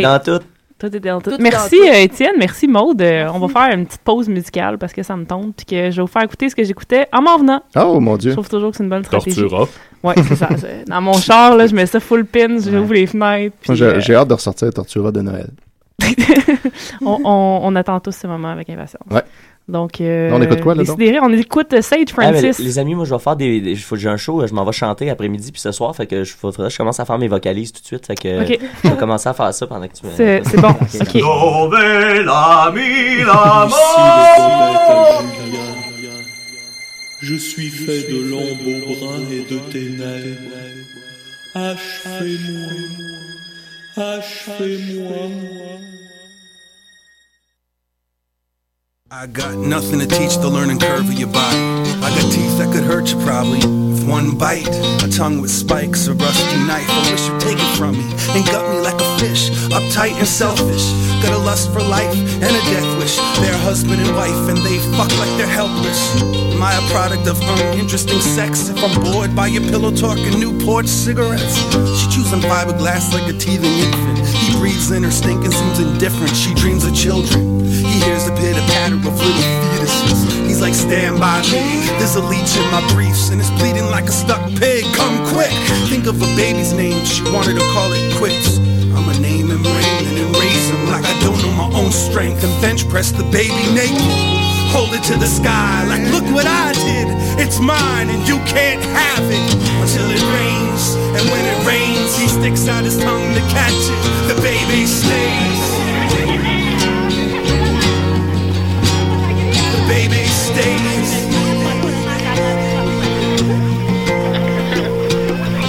Speaker 6: Toi, t'es dans tout. Merci, euh, Étienne. Merci, Maude. Euh, on va faire une petite pause musicale parce que ça me tombe puis que je vais vous faire écouter ce que j'écoutais en m'en venant.
Speaker 7: Oh, mon Dieu.
Speaker 6: Je trouve toujours que c'est une bonne stratégie.
Speaker 7: Tortura.
Speaker 6: Ouais, c'est ça. C'est- Dans mon char, là, je mets ça full pin, j'ouvre les fenêtres. puis,
Speaker 7: Moi, j'ai
Speaker 6: euh,
Speaker 7: j'ai hâte de ressortir Tortura de Noël.
Speaker 6: on, on- on attend tous ce moment avec impatience.
Speaker 7: Ouais.
Speaker 6: Donc, euh,
Speaker 7: On écoute quoi, là, donc?
Speaker 6: décidérez, on écoute euh, Sage
Speaker 10: Ah, mais
Speaker 6: Francis.
Speaker 10: les amis, moi, je vais faire des. des- faut que J'ai un show, euh, je m'en vais chanter après-midi, puis ce soir, fait que je, faudrait que je commence à faire mes vocalises tout de suite. Fait que euh,
Speaker 6: Ok.
Speaker 10: je vais commencer à faire ça pendant que tu me.
Speaker 6: C'est- c'est bon. Ok.
Speaker 11: Ah, Je suis fait de lambeaux bruns et de tes lèvres. Achevez-moi. Achevez-moi.
Speaker 12: I got nothing to teach the learning curve of your body. I got teeth that could hurt you probably. With one bite, a tongue with spikes, a rusty knife. I wish you'd take it from me and gut me like a fish. Uptight and selfish. Got a lust for life and a death wish. They're husband and wife and they fuck like they're helpless. Am I a product of uninteresting sex? If I'm bored by your pillow talk and Newport cigarettes, she chews on fiberglass like a teething infant. He breathes in her stink and seems indifferent. She dreams of children. He hears the pitter patter of little fetuses. He's like, stand by me. There's a leech in my briefs, and it's bleeding like a stuck pig. Come quick. Think of a baby's name. She wanted to call it quits. I'ma name him Raymond and raise him like I don't know my own strength. And bench press the baby naked. Hold it to the sky like, look what I did. It's mine and you can't have it until it rains. And when it rains, he sticks out his tongue to catch it. The baby stays. The baby stays.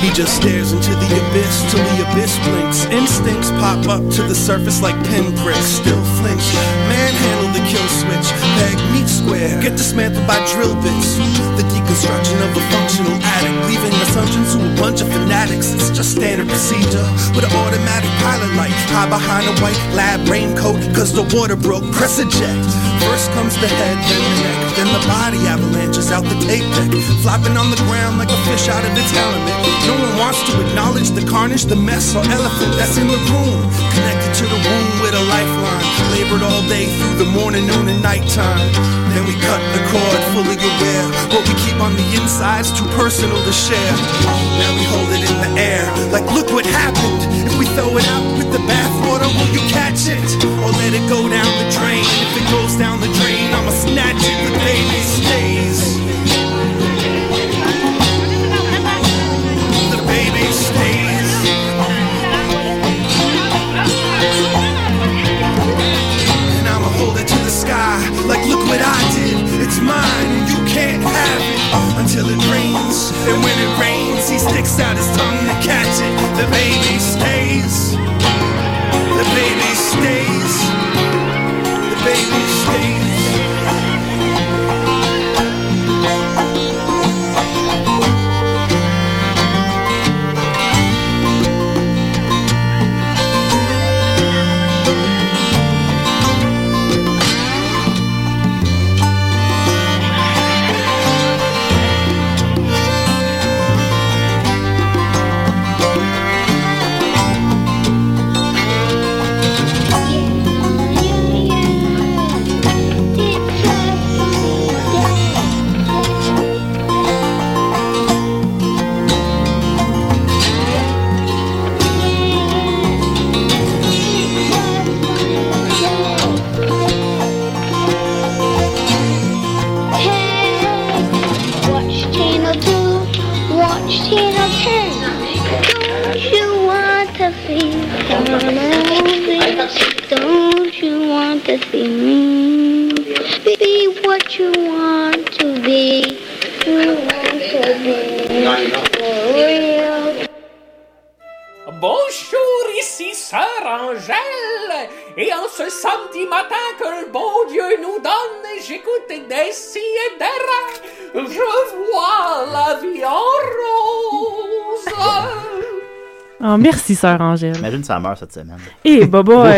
Speaker 12: He just stares into the abyss till the abyss blinks. Instincts pop up to the surface like pinpricks. Still flinch. Manhandle kill switch. Peg meet square. Get dismantled by drill bits. The deconstruction of a functional addict, leaving assumptions to a bunch of fanatics. It's just standard procedure with an automatic pilot light. Hide behind a white lab raincoat, cause the water broke. Press eject. First comes the head, then the neck, then the body avalanches out the tape deck. Flopping on the ground like a fish out of its element. No one wants to acknowledge the carnage, the mess, or elephant that's in the room. Connected to the womb with a lifeline. Labored all day through the morning, noon, and nighttime. Then we cut the cord, fully aware. What we keep on the inside's too personal to share. Now we hold it in the air, like look what happened. If we throw it out with the bathwater, will you catch it? Or let it go down the drain? If it goes down the drain, I'ma snatch it, the baby stays. The baby stays. And I'ma hold it to the sky, like look what I did. It's mine, and you can't have it until it rains. And when it rains, he sticks out his tongue to catch it. The baby stays. The baby stays. The baby stays.
Speaker 13: Watch Channel 2, watch Channel 10. Don't you want to see Channel movies? Don't you want to see me? Be what you want to be. You want to be for real.
Speaker 7: Ah,
Speaker 14: Bonjour, ici Sœur Angèle, et en ce samedi matin que le bon Dieu nous donne, j'écoute des si et des rats. Je vois la vie en rose.
Speaker 6: Ah, merci, sœur Angèle.
Speaker 8: Imagine ça meurt cette semaine. Oh,
Speaker 6: Eh, Baba,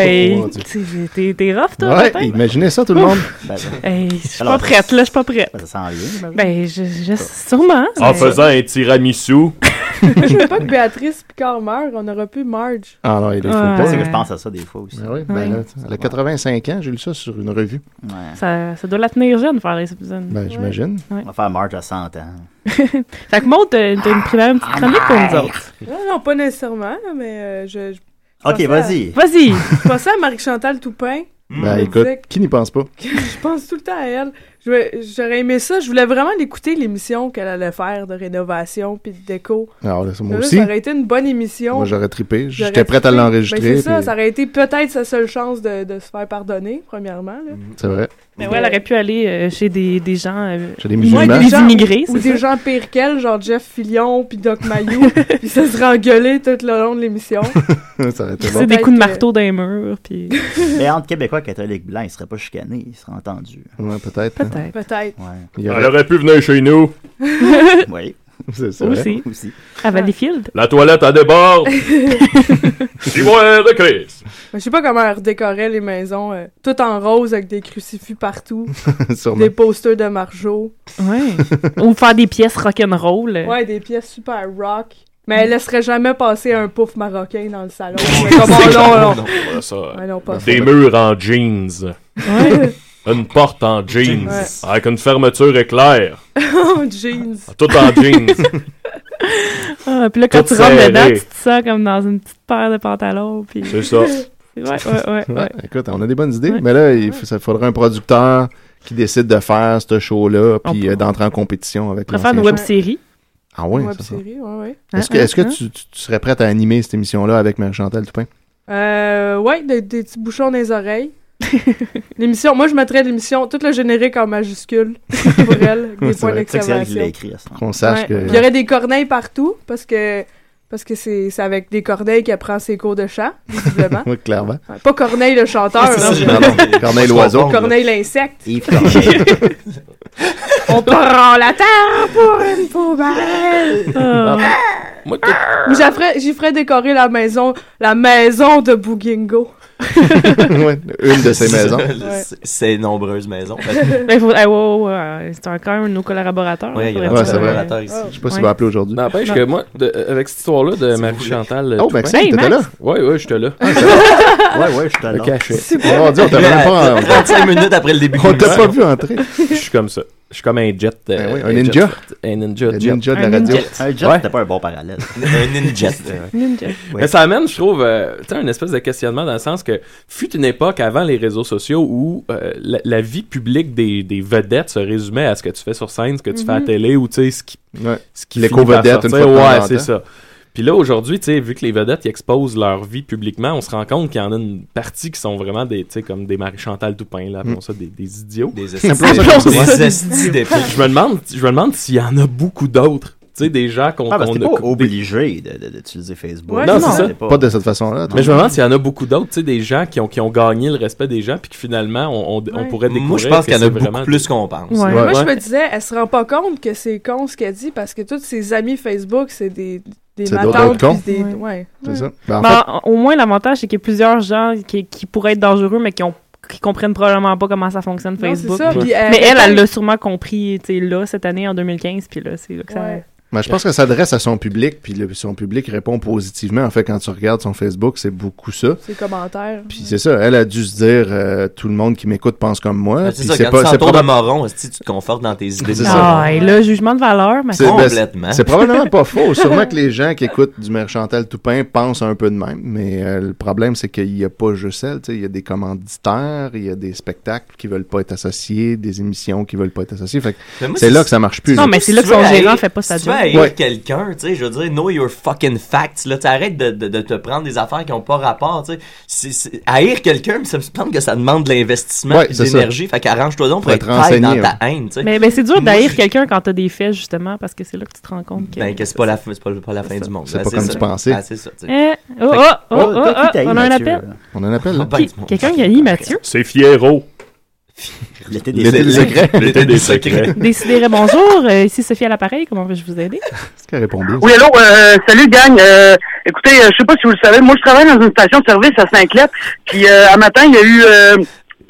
Speaker 6: hey,
Speaker 8: Mon Dieu.
Speaker 6: t'es- t'es- t'es rough, toi,
Speaker 7: Oh, Ouais,
Speaker 6: matin?
Speaker 7: imaginez ça, tout le
Speaker 6: Ouf.
Speaker 7: monde.
Speaker 8: Ben, ben.
Speaker 6: Hey, je suis pas
Speaker 8: Alors,
Speaker 6: prête, là, je suis pas prête.
Speaker 8: Ça sent bien.
Speaker 6: Ben, je, je, sûrement.
Speaker 1: En
Speaker 6: mais-
Speaker 1: faisant un tiramisu.
Speaker 9: Moi, je veux pas que Béatrice Picard meure, on aurait pu Marge.
Speaker 7: Ah non, il est fou.
Speaker 6: Ouais.
Speaker 8: C'est que je pense à ça des fois aussi.
Speaker 7: oui, ben
Speaker 6: Ouais.
Speaker 7: là, elle a 85 ans, j'ai lu ça sur une revue.
Speaker 6: Ça, ça doit la tenir jeune, faire les épisodes.
Speaker 7: Ben, j'imagine.
Speaker 6: Ouais.
Speaker 8: On va faire Marge à 100 ans.
Speaker 6: Fait que Maud, t'as t'as
Speaker 9: Ah,
Speaker 6: une première une petite chronique pour nous autres.
Speaker 9: Non, non, pas nécessairement, là, mais euh, je. je- je
Speaker 8: Ok,
Speaker 9: pensais à-
Speaker 8: vas-y.
Speaker 6: Vas-y.
Speaker 9: Je pensais à Marie-Chantal Toupin.
Speaker 7: Ben
Speaker 9: Je me
Speaker 7: écoute,
Speaker 9: disais
Speaker 7: qui n'y pense pas?
Speaker 9: que- je pense tout le temps à elle. Je vais- J'aurais aimé ça. Je voulais vraiment l'écouter, l'émission qu'elle allait faire de rénovation puis de déco.
Speaker 7: Alors là, c'est moi
Speaker 9: Là,
Speaker 7: aussi.
Speaker 9: Ça aurait été une bonne émission.
Speaker 7: Moi, j'aurais trippé.
Speaker 9: J'aurais
Speaker 7: J'étais prête à
Speaker 9: trippé.
Speaker 7: l'enregistrer,
Speaker 9: Ben, c'est ça,
Speaker 7: puis-
Speaker 9: ça aurait été peut-être sa seule chance de, de se faire pardonner, premièrement. là.
Speaker 7: C'est vrai.
Speaker 6: Mais ouais, elle aurait pu aller euh, chez des, des gens. euh,
Speaker 7: Chez des
Speaker 9: Ouais,
Speaker 7: musulmans.
Speaker 9: gens-
Speaker 6: immigrés,
Speaker 9: Ou
Speaker 6: c'est
Speaker 9: des
Speaker 6: ça.
Speaker 9: gens pires qu'elle, genre Jeff Fillion puis Doc Mayou, puis ça serait engueulé tout le long de l'émission.
Speaker 7: ça aurait été
Speaker 6: C'est
Speaker 7: bon.
Speaker 6: des coups de
Speaker 9: Peut-être euh,
Speaker 6: marteau dans les murs, puis.
Speaker 8: Mais entre Québécois et catholiques blancs, ils seraient pas chicanés, ils seraient entendus.
Speaker 7: Ouais, peut-être.
Speaker 6: Peut-être.
Speaker 9: Peut-être.
Speaker 7: Il
Speaker 1: Elle aurait pu venir chez nous.
Speaker 8: oui.
Speaker 7: C'est
Speaker 1: ça.
Speaker 6: Aussi. À Valleyfield.
Speaker 1: La toilette, elle
Speaker 6: Oh.
Speaker 1: déborde. Dis-moi de Chris.
Speaker 9: Mais Je sais pas comment elle redécorait les maisons, euh, tout en rose avec des crucifix partout,
Speaker 7: Sûrement.
Speaker 9: des posters de Marjo.
Speaker 6: Ouais. Ou faire des pièces rock'n'roll. euh.
Speaker 9: Ouais, des pièces super rock. Mais elle laisserait jamais passer un pouf marocain dans le salon. Mais comme, oh, non, non.
Speaker 1: Voilà ça.
Speaker 9: Ouais, non, pas
Speaker 1: Des
Speaker 9: ça.
Speaker 1: murs en jeans. Une porte en jeans.
Speaker 9: Ouais.
Speaker 1: Avec une fermeture éclair.
Speaker 9: oh, jeans.
Speaker 1: Tout en jeans.
Speaker 6: Ah, puis là, quand
Speaker 1: Tout
Speaker 6: tu rentres
Speaker 1: serré.
Speaker 6: dedans, tu te sens comme dans une petite paire de pantalons. Puis...
Speaker 7: C'est ça.
Speaker 6: Ouais, ouais, ouais. ouais.
Speaker 7: Ouais, Écoute, on a des bonnes idées, mais là, il f- ça faudrait un producteur qui décide de faire ce show-là, puis euh, d'entrer en compétition avec
Speaker 6: On pourrait faire une
Speaker 7: l'ancien show.
Speaker 6: web-série.
Speaker 7: Ah oui,
Speaker 9: Une
Speaker 7: c'est ça.
Speaker 9: web-série, ouais, ouais.
Speaker 7: Est-ce que,
Speaker 9: Hein,
Speaker 7: est-ce que
Speaker 9: hein,
Speaker 7: tu, tu- tu serais prête à animer cette émission-là avec Marie-Chantal Toupin?
Speaker 9: Euh, ouais, des, des petits bouchons dans les oreilles. l'émission, moi je mettrais l'émission, tout le générique en majuscule pour elle, avec des points
Speaker 7: Ouais, c'est vrai.
Speaker 8: C'est elle qui l'a
Speaker 9: d'exclamation.
Speaker 8: écrit. ça.
Speaker 7: Qu'on sache
Speaker 9: Ouais.
Speaker 7: que...
Speaker 9: Il y aurait des corneilles partout parce que Parce que c'est c'est avec des Corneilles qu'elle prend ses cours de chant, visiblement.
Speaker 7: Oui, clairement. Ah,
Speaker 9: Ouais, Pas Corneille le chanteur.
Speaker 7: C'est ça,
Speaker 9: hein,
Speaker 7: j'ai-
Speaker 9: mais-
Speaker 7: Non, non, Corneille l'oiseau.
Speaker 9: Corneille l'insecte.
Speaker 7: Yves Corneille.
Speaker 9: On prend la terre pour une poubelle.
Speaker 7: Ah.
Speaker 9: Ou j'en ferais- J'y ferais décorer la maison, la maison de Bougingo.
Speaker 7: Ouais, une de ces
Speaker 10: C'est-
Speaker 7: maisons.
Speaker 10: c'est- C'est nombreuses maisons.
Speaker 6: Ben, faut- eh, ouais, ouais, ouais, c'est un- quand même un de nos collaborateurs.
Speaker 10: Ouais,
Speaker 6: là,
Speaker 10: il y
Speaker 6: faudrait-
Speaker 10: a
Speaker 6: euh,
Speaker 10: Ouais, c'est vrai. collaborateur ici.
Speaker 7: Je sais pas s'il va appeler aujourd'hui.
Speaker 15: N'empêche que moi, de- euh, avec cette histoire-là de euh, Marie-Chantal.
Speaker 7: Oh, Maxime, Hey, t'étais Max. là?
Speaker 15: Oui, oui, j'étais là.
Speaker 8: Ouais, ouais, j'étais
Speaker 15: Le
Speaker 8: là.
Speaker 15: cachet.
Speaker 8: C'est
Speaker 7: bon. Oh, Dieu, on t'a même pas- on-
Speaker 10: 35 minutes après le début.
Speaker 7: On t'a pas vu entrer.
Speaker 15: Je suis comme ça. Je suis comme un jet. euh,
Speaker 7: Ben oui, un ninja.
Speaker 15: jet- Un ninja.
Speaker 7: Un
Speaker 15: jet.
Speaker 7: ninja de la Un radio. ninja.
Speaker 8: Un jet,
Speaker 15: Ouais.
Speaker 8: c'était pas un bon parallèle.
Speaker 10: Un ninja.
Speaker 6: Ninja.
Speaker 15: Mais ça amène, je trouve, euh, tu sais, un espèce de questionnement dans le sens que fut une époque avant les réseaux sociaux où euh, la, la vie publique des, des vedettes se résumait à ce que tu fais sur scène, ce que tu fais à la
Speaker 7: Mhm.
Speaker 15: télé ou tu sais ce qui,
Speaker 7: Ouais.
Speaker 15: ce qui
Speaker 7: Les
Speaker 15: finit par
Speaker 7: co-vedettes, une
Speaker 15: sortir.
Speaker 7: fois de temps
Speaker 15: Ouais,
Speaker 7: en
Speaker 15: c'est
Speaker 7: temps.
Speaker 15: ça. Puis là, aujourd'hui, tu sais, vu que les vedettes ils exposent leur vie publiquement, on se rend compte qu'il y en a une partie qui sont vraiment des, tu sais, comme des Marie-Chantal Toupin, là,
Speaker 7: Mm.
Speaker 15: appelons ça des, des idiots.
Speaker 10: Des
Speaker 15: estis.
Speaker 10: estis. Appelons ça des estis d'épais.
Speaker 15: Je me demande, je me demande s'il y en a beaucoup d'autres. Tu sais, des gens qu'on
Speaker 8: Ah, parce
Speaker 15: qu'on
Speaker 8: que t'es
Speaker 15: a-
Speaker 8: pas obligé de- de- d'utiliser Facebook.
Speaker 15: Ouais, non, c'est ça.
Speaker 7: Pas de cette façon-là.
Speaker 15: mais je me demande s'il y en a beaucoup d'autres, tu sais, des gens qui ont, qui ont gagné le respect des gens, puis que finalement, on, on, on
Speaker 9: Ouais.
Speaker 15: pourrait découvrir.
Speaker 10: Moi, je pense
Speaker 15: que
Speaker 10: qu'il y en a
Speaker 15: c'est
Speaker 10: beaucoup
Speaker 15: vraiment-
Speaker 10: plus qu'on pense.
Speaker 9: Ouais.
Speaker 15: Ouais.
Speaker 9: Moi, je
Speaker 15: Ouais.
Speaker 9: me disais, elle se rend pas compte que c'est con ce qu'elle dit parce que tous ses amis Facebook, c'est des, des
Speaker 7: C'est d'autres-
Speaker 9: matantes.
Speaker 7: d'autres cons.
Speaker 9: puis Des... Ouais.
Speaker 7: C'est ça. Ben, en
Speaker 6: Ben,
Speaker 7: fait,
Speaker 6: au moins, l'avantage, c'est qu'il y a plusieurs gens qui, qui pourraient être dangereux, mais qui ont qui comprennent probablement pas comment ça fonctionne
Speaker 9: Non, c'est
Speaker 6: Facebook.
Speaker 9: ça, puis euh, elle-
Speaker 6: Mais elle, elle
Speaker 9: elle-
Speaker 6: l'a sûrement compris, tu sais, là, cette année, en 2015, puis là, c'est là que ça...
Speaker 9: Ouais.
Speaker 7: ben, je pense qu'elle s'adresse à son public, puis le- son public répond positivement. En fait, quand tu regardes son Facebook, c'est beaucoup ça.
Speaker 9: Ses commentaires.
Speaker 7: Puis c'est ça, elle a dû se dire euh, tout le monde qui m'écoute pense comme moi.
Speaker 10: Ben,
Speaker 7: Puis
Speaker 10: C'est ça, quand
Speaker 7: pas-
Speaker 10: tu sens
Speaker 7: proba-
Speaker 10: de moron, si tu te confortes dans tes idées.
Speaker 7: C'est
Speaker 10: de
Speaker 7: ça.
Speaker 10: moron.
Speaker 6: Ah, et là, jugement de valeur, mais
Speaker 7: C'est ben,
Speaker 10: Complètement.
Speaker 7: c'est- c'est probablement pas faux. Sûrement que les gens qui écoutent du Merchantal Toupin pensent un peu de même. Mais euh, le problème, c'est qu'il n'y a pas juste elle. tu sais, Il y a des commanditaires, il y a des spectacles qui veulent pas être associés, des émissions qui veulent pas être associées. Fait que
Speaker 10: Mais moi,
Speaker 7: c'est
Speaker 10: si-
Speaker 7: là que ça marche plus.
Speaker 6: Non, mais c'est là que
Speaker 10: Si tu
Speaker 6: son
Speaker 10: veux
Speaker 6: gérant
Speaker 10: haïr-
Speaker 6: fait pas sa
Speaker 10: si tu veux
Speaker 6: job.
Speaker 10: haïr
Speaker 6: Ouais.
Speaker 10: quelqu'un, tu sais, je veux dire, know your fucking facts, là, tu sais, arrête de, de- de te prendre des affaires qui n'ont pas rapport, tu sais. C'est- c'est- Haïr quelqu'un, ça me semble que ça demande de l'investissement
Speaker 7: Ouais,
Speaker 10: et de
Speaker 7: c'est ça.
Speaker 10: l'énergie, fait qu'arrange-toi donc pour
Speaker 7: Faut
Speaker 10: être
Speaker 7: être
Speaker 10: prêt dans
Speaker 7: renseigné,
Speaker 10: ta
Speaker 7: ouais.
Speaker 10: haine, tu sais.
Speaker 6: Mais, mais c'est dur d'haïr quelqu'un quand t'as des faits, justement, parce que c'est là que tu te rends compte que...
Speaker 10: Ben, que c'est pas la, fin- c'est pas, pas la fin du monde.
Speaker 7: C'est
Speaker 10: là,
Speaker 7: pas comme
Speaker 10: ça.
Speaker 7: tu pensais.
Speaker 10: Ah, c'est ça, tu sais.
Speaker 6: Eh, oh, oh, oh, oh, oh, on a un appel.
Speaker 7: On a un appel. là.
Speaker 10: Ben,
Speaker 6: Qui- Quelqu'un qui a eu Mathieu.
Speaker 1: C'est Fierro.
Speaker 8: L'été
Speaker 7: des L'été des secrets. secrets.
Speaker 1: L'été des secrets.
Speaker 6: Décidérez bonjour, euh, ici Sophie à l'appareil, comment vais-je vous aider?
Speaker 7: Est-ce qu'elle répond bien?
Speaker 16: Oui, allô, euh, salut gang. Euh, écoutez, euh, je sais pas si vous le savez, moi je travaille dans une station de service à Saint-Cloud. Puis euh, un matin, il y a eu euh,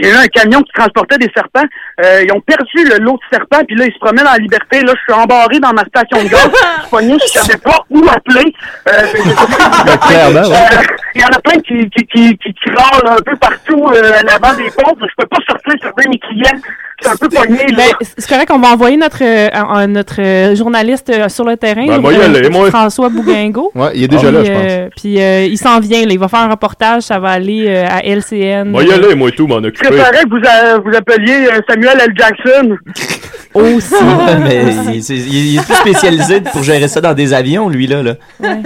Speaker 16: il y a eu un camion qui transportait des serpents. Euh, ils ont perdu le lot de serpents, puis là, ils se promènent en liberté. Là, je suis embarré dans ma station de gaz. Je suis pogné, je savais pas où appeler. Euh,
Speaker 7: clairement, ouais.
Speaker 16: Euh, il y en a plein qui, qui, qui, qui, qui râlent un peu partout euh, à l'avant des pompes. Je peux pas sortir, certains mes clients. Je suis un peu pogné, là.
Speaker 6: Ben, c'est c'est correct, on va envoyer notre, euh, un- un- notre euh, journaliste euh, sur le terrain,
Speaker 7: Ben, moi, y
Speaker 6: euh,
Speaker 7: aller, moi.
Speaker 6: François Bouguingo.
Speaker 7: Ouais, il est déjà là, je pense.
Speaker 6: euh, Puis euh, il s'en vient, là, il va faire un reportage, ça va aller euh, à LCN.
Speaker 1: Moi, y aller, moi et tout, m'en
Speaker 16: Je
Speaker 1: occuper.
Speaker 16: préférais que vous, euh, vous appeliez euh, Samuel L. Jackson.
Speaker 6: Aussi.
Speaker 10: Ouais, mais il, c'est- il- il est plus spécialisé pour gérer ça dans des avions, lui, là. là.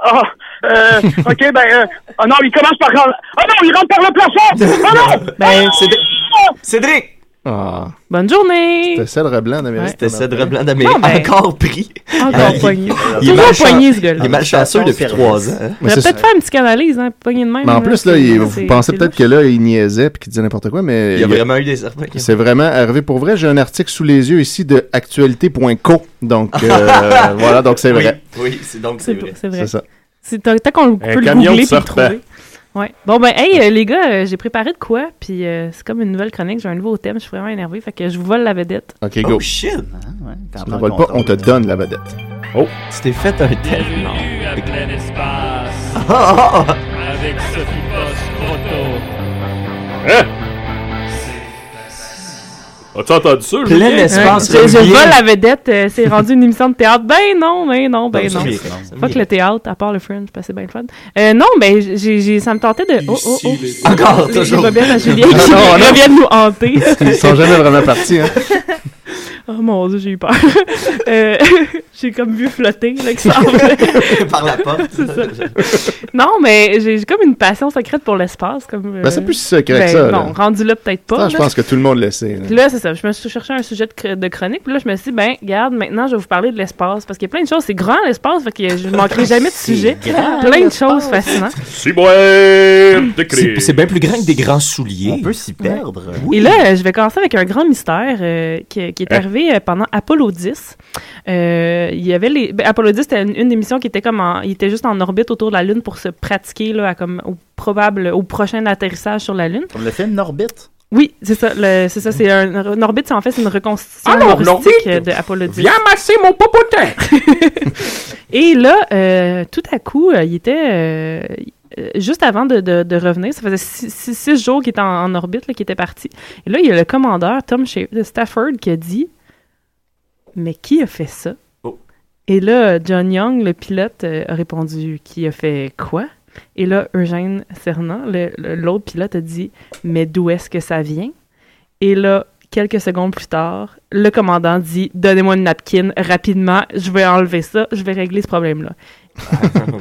Speaker 16: Ah, euh, ok, ben, euh, oh non, il commence par. Oh non, il rentre par le plafond! Oh non!
Speaker 6: Ben,
Speaker 10: Cédric!
Speaker 7: Ah.
Speaker 6: Bonne journée!
Speaker 7: C'était Cèdre Blanc d'Amérique.
Speaker 10: C'était Cèdre Blanc d'Amérique.
Speaker 6: Non, ben-
Speaker 10: Encore pris.
Speaker 6: Encore
Speaker 10: Il-
Speaker 6: poigné.
Speaker 10: Il est
Speaker 6: Toujours
Speaker 10: malchan-
Speaker 6: poigné, ce gars-là.
Speaker 10: il est malchanceux depuis
Speaker 7: Service.
Speaker 10: trois ans. hein.
Speaker 7: Mais
Speaker 6: On va
Speaker 7: c'est-
Speaker 6: peut-être faire une psychanalyse, hein, pogné de même.
Speaker 7: Mais en plus, là,
Speaker 6: c'est-
Speaker 7: il-
Speaker 6: c'est-
Speaker 7: vous
Speaker 6: c'est-
Speaker 7: pensez
Speaker 6: c'est
Speaker 7: peut-être que là, il niaisait puis qu'il disait n'importe quoi, mais.
Speaker 10: Il y a vraiment eu des serpents. qui-
Speaker 7: C'est vraiment arrivé pour vrai. J'ai un article sous les yeux ici de actualité.co. Donc, euh, voilà, donc c'est vrai.
Speaker 10: Oui, oui, c'est donc c'est vrai.
Speaker 6: C'est vrai.
Speaker 7: C'est ça.
Speaker 6: C'est tant tant qu'on peut le
Speaker 7: camion de
Speaker 6: googler puis le
Speaker 7: serpent.
Speaker 6: trouver. Ouais. Bon ben hey euh, les gars, euh, j'ai préparé de quoi puis euh, c'est comme une nouvelle chronique, j'ai un nouveau thème, je suis vraiment énervé, fait que je vous vole la vedette.
Speaker 7: Ok, go.
Speaker 8: Quand
Speaker 7: Tu ne voles pas, on te donne la vedette.
Speaker 10: Oh. Tu t'es fait un tel. Non.
Speaker 17: à plein espace. Avec Sophie Post-Proto.
Speaker 1: Hein? As-tu entendu ça,
Speaker 10: Plein
Speaker 1: Julien?
Speaker 10: espace,
Speaker 6: Je, je
Speaker 10: revient.
Speaker 6: vole la vedette, euh, c'est rendu une émission de théâtre. Ben non, ben non, ben non.
Speaker 10: Non, c'est bien, non, c'est
Speaker 6: Fuck
Speaker 10: bien.
Speaker 6: le théâtre, à part le fringe, parce que c'est bien le fun. Euh, non, ben j'ai, j'ai- ça me tentait de. Oh, oh, oh.
Speaker 10: Encore,
Speaker 6: Les-
Speaker 10: toujours.
Speaker 6: Les rebelles à Julien qui
Speaker 10: Non, non, non.
Speaker 6: reviennent nous hanter.
Speaker 7: Ils sont jamais vraiment partis, hein.
Speaker 6: Oh mon dieu, j'ai eu peur. Euh, J'ai comme vu flotter, là, qui s'en venait.
Speaker 10: Par la porte.
Speaker 6: C'est ça. Non, mais j'ai j'ai comme une passion secrète pour l'espace. Comme, euh,
Speaker 7: Ben, c'est plus secret
Speaker 6: ben,
Speaker 7: que ça, là.
Speaker 6: Non, rendu là, peut-être pas.
Speaker 7: Ça, Ah, je
Speaker 6: là.
Speaker 7: pense que tout le monde le sait. là.
Speaker 6: Puis là, c'est ça. Je me suis cherché un sujet de, cr- de chronique. Puis là, je me suis dit, ben, garde, maintenant, je vais vous parler de l'espace. Parce qu'il y a plein de choses. C'est grand, l'espace. Fait que je ne manquerai jamais de sujet.
Speaker 1: grand,
Speaker 6: Plein de choses fascinantes.
Speaker 1: Si de
Speaker 10: C'est c'est bien plus grand que des grands souliers. On peut
Speaker 8: s'y
Speaker 10: perdre.
Speaker 6: Et là, euh, je vais commencer avec un grand mystère euh, qui, qui est
Speaker 10: Hein?
Speaker 6: arrivé euh, pendant Apollo 10. Euh, il y avait les ben, Apollo 10 c'était une, une émission qui était comme en- il était juste en orbite autour de la lune pour se pratiquer là à comme au probable au prochain atterrissage sur la lune.
Speaker 8: Comme le film Norbit.
Speaker 6: Oui, c'est ça, le- c'est ça, c'est un, une orbite, c'est en fait c'est une reconstitution
Speaker 8: Alors,
Speaker 6: humoristique euh, de Apollo 10.
Speaker 15: Viens masser mon popotin!
Speaker 6: Et là, euh, tout à coup, euh, il était. euh, euh, Juste avant de, de- de revenir, ça faisait six, six- six jours qu'il était en, en orbite, là, qu'il était parti. Et là, il y a le commandeur Tom Sha- de Stafford qui a dit Mais qui a fait ça Et là, John Young, le pilote, euh, a répondu Qui a fait quoi Et là, Eugène Cernan, le- le- l'autre pilote, a dit Mais d'où est-ce que ça vient Et là, quelques secondes plus tard, le commandant dit Donnez-moi une napkin rapidement, je vais enlever ça, je vais régler ce problème-là.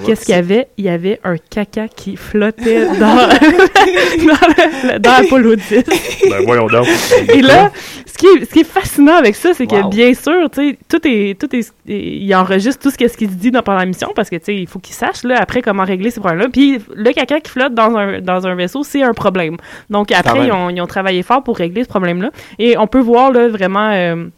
Speaker 6: Qu'est-ce qu'il y avait? Il y avait un caca qui flottait dans, dans, le- dans Apollo 10.
Speaker 1: Ben voyons donc.
Speaker 6: Et là, ce qui est, ce qui est fascinant avec ça, c'est que
Speaker 1: Wow.
Speaker 6: bien sûr, tu sais, tout est, tout est, il enregistre tout ce qu'est-ce qu'il se dit dans, pendant la mission parce que tu sais, il faut qu'il sache là après comment régler ces problèmes-là. Puis le caca qui flotte dans un dans un vaisseau, c'est un problème. Donc
Speaker 10: Quand
Speaker 6: après,
Speaker 10: même.
Speaker 6: ils ont, ils ont travaillé fort pour régler ce problème-là. Et on peut voir là vraiment. euh,